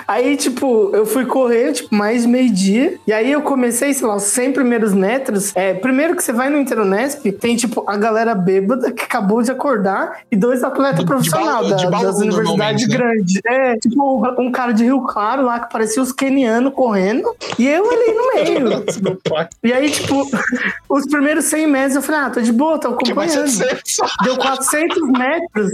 Aí, tipo, eu fui correr, tipo, mais meio-dia. E aí eu comecei, sei lá, os 100 primeiros metros. É, primeiro que você vai no Interunesp, tem, tipo, a galera bêbada que acabou de acordar e dois atletas De- de profissionais baú- de da- baú, das universidades normalmente, né? grandes. É, tipo, um cara de Rio Claro lá que parecia os kenianos correndo. E eu ali no meio. E aí, tipo, os primeiros 100 metros eu falei, ah, tô de boa, tô Que mais acompanhando. sucesso. Deu 400 metros.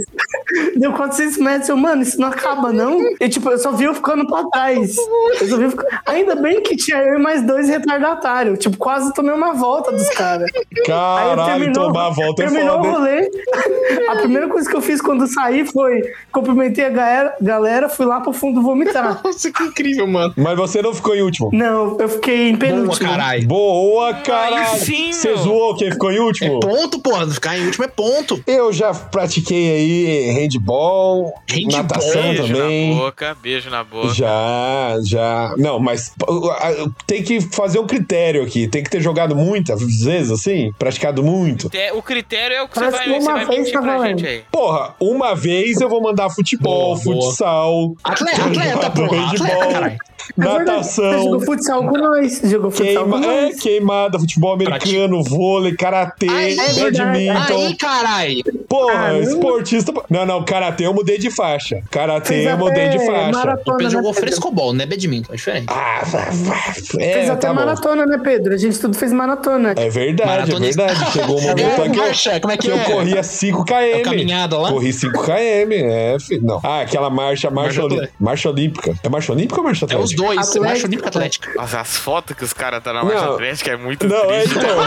Deu 400 metros. Eu, mano, isso não acaba, não. E, tipo, eu só vi eu ficando pra trás. Eu só vi eu fica- Ainda bem que tinha eu e mais dois retardatários. Tipo, quase tomei uma volta dos caras. Aí Caralho, terminou- tomar a volta é Terminou foda. o hein? rolê. A primeira coisa que eu fiz quando saí foi cumprimentei a galera, galera, fui lá pro fundo vomitar. Nossa, que incrível, mano. Mas você não ficou em último. Não, eu fiquei em Boa, penúltimo. caralho. Boa, caralho. sim, meu. Você zoou quem ficou em É último? ponto, porra. Ficar em último é ponto. Eu já pratiquei aí handball, Handball? natação Beijo também. na boca, beijo na boca. Já, já. Não, mas uh, uh, tem que fazer um critério aqui. Tem que ter jogado muitas vezes, assim, praticado muito. Te- O critério é o que Parece você que vai, você uma vai vez mentir tá pra valendo. gente aí. Porra, uma vez eu vou mandar futebol, Boa, boa. futsal. Atleta, atleta, porra. Atleta, handball, caralho. É verdade, Você natação. jogou futsal com nós. Jogou futsal com Queima, é, nós. queimada, futebol americano, vôlei, karatê, Ai, é Ah, verdade. badminton. Aí, caralho. Porra, Caramba. esportista. Não, não, karatê eu mudei de faixa. Karatê Fez eu até mudei de faixa. maratona, O Pedro né, jogou Pedro? frescobol, não é badminton, é diferente. Ah, vá, vá. Fez é, até tá bom. maratona, né, Pedro? A gente tudo fez maratona. É verdade, é Maratonista. verdade. Chegou um momento É, aqui. marcha, como é que eu é? corria 5km. É caminhada lá? Corri 5km, é, filho. Não. Ah, aquela marcha, marcha, Marcha oli- atlética. marcha olímpica. É marcha olímpica ou marcha É os atlética? dois, Atlético. macho olímpico e atlético. Nossa, as fotos que os caras tá na marcha Não. atlética é muito Não, é triste. então.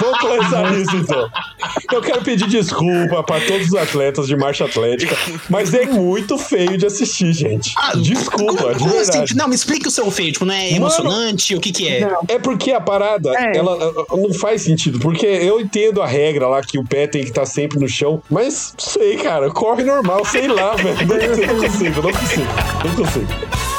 Vamos começar nisso, então. Eu quero pedir desculpa pra todos os atletas de marcha atlética, mas é muito feio de assistir, gente. Desculpa, Ah, Como- de como assim? verdade. Não, me explica o seu feio, tipo, não é emocionante? O que que é? Não. É porque a parada, É. ela uh, não faz sentido. Porque eu entendo a regra lá que o pé tem que estar sempre no chão, é mas sei, cara, corre normal, sei lá, velho. Não, é não consigo, não consigo, não consigo.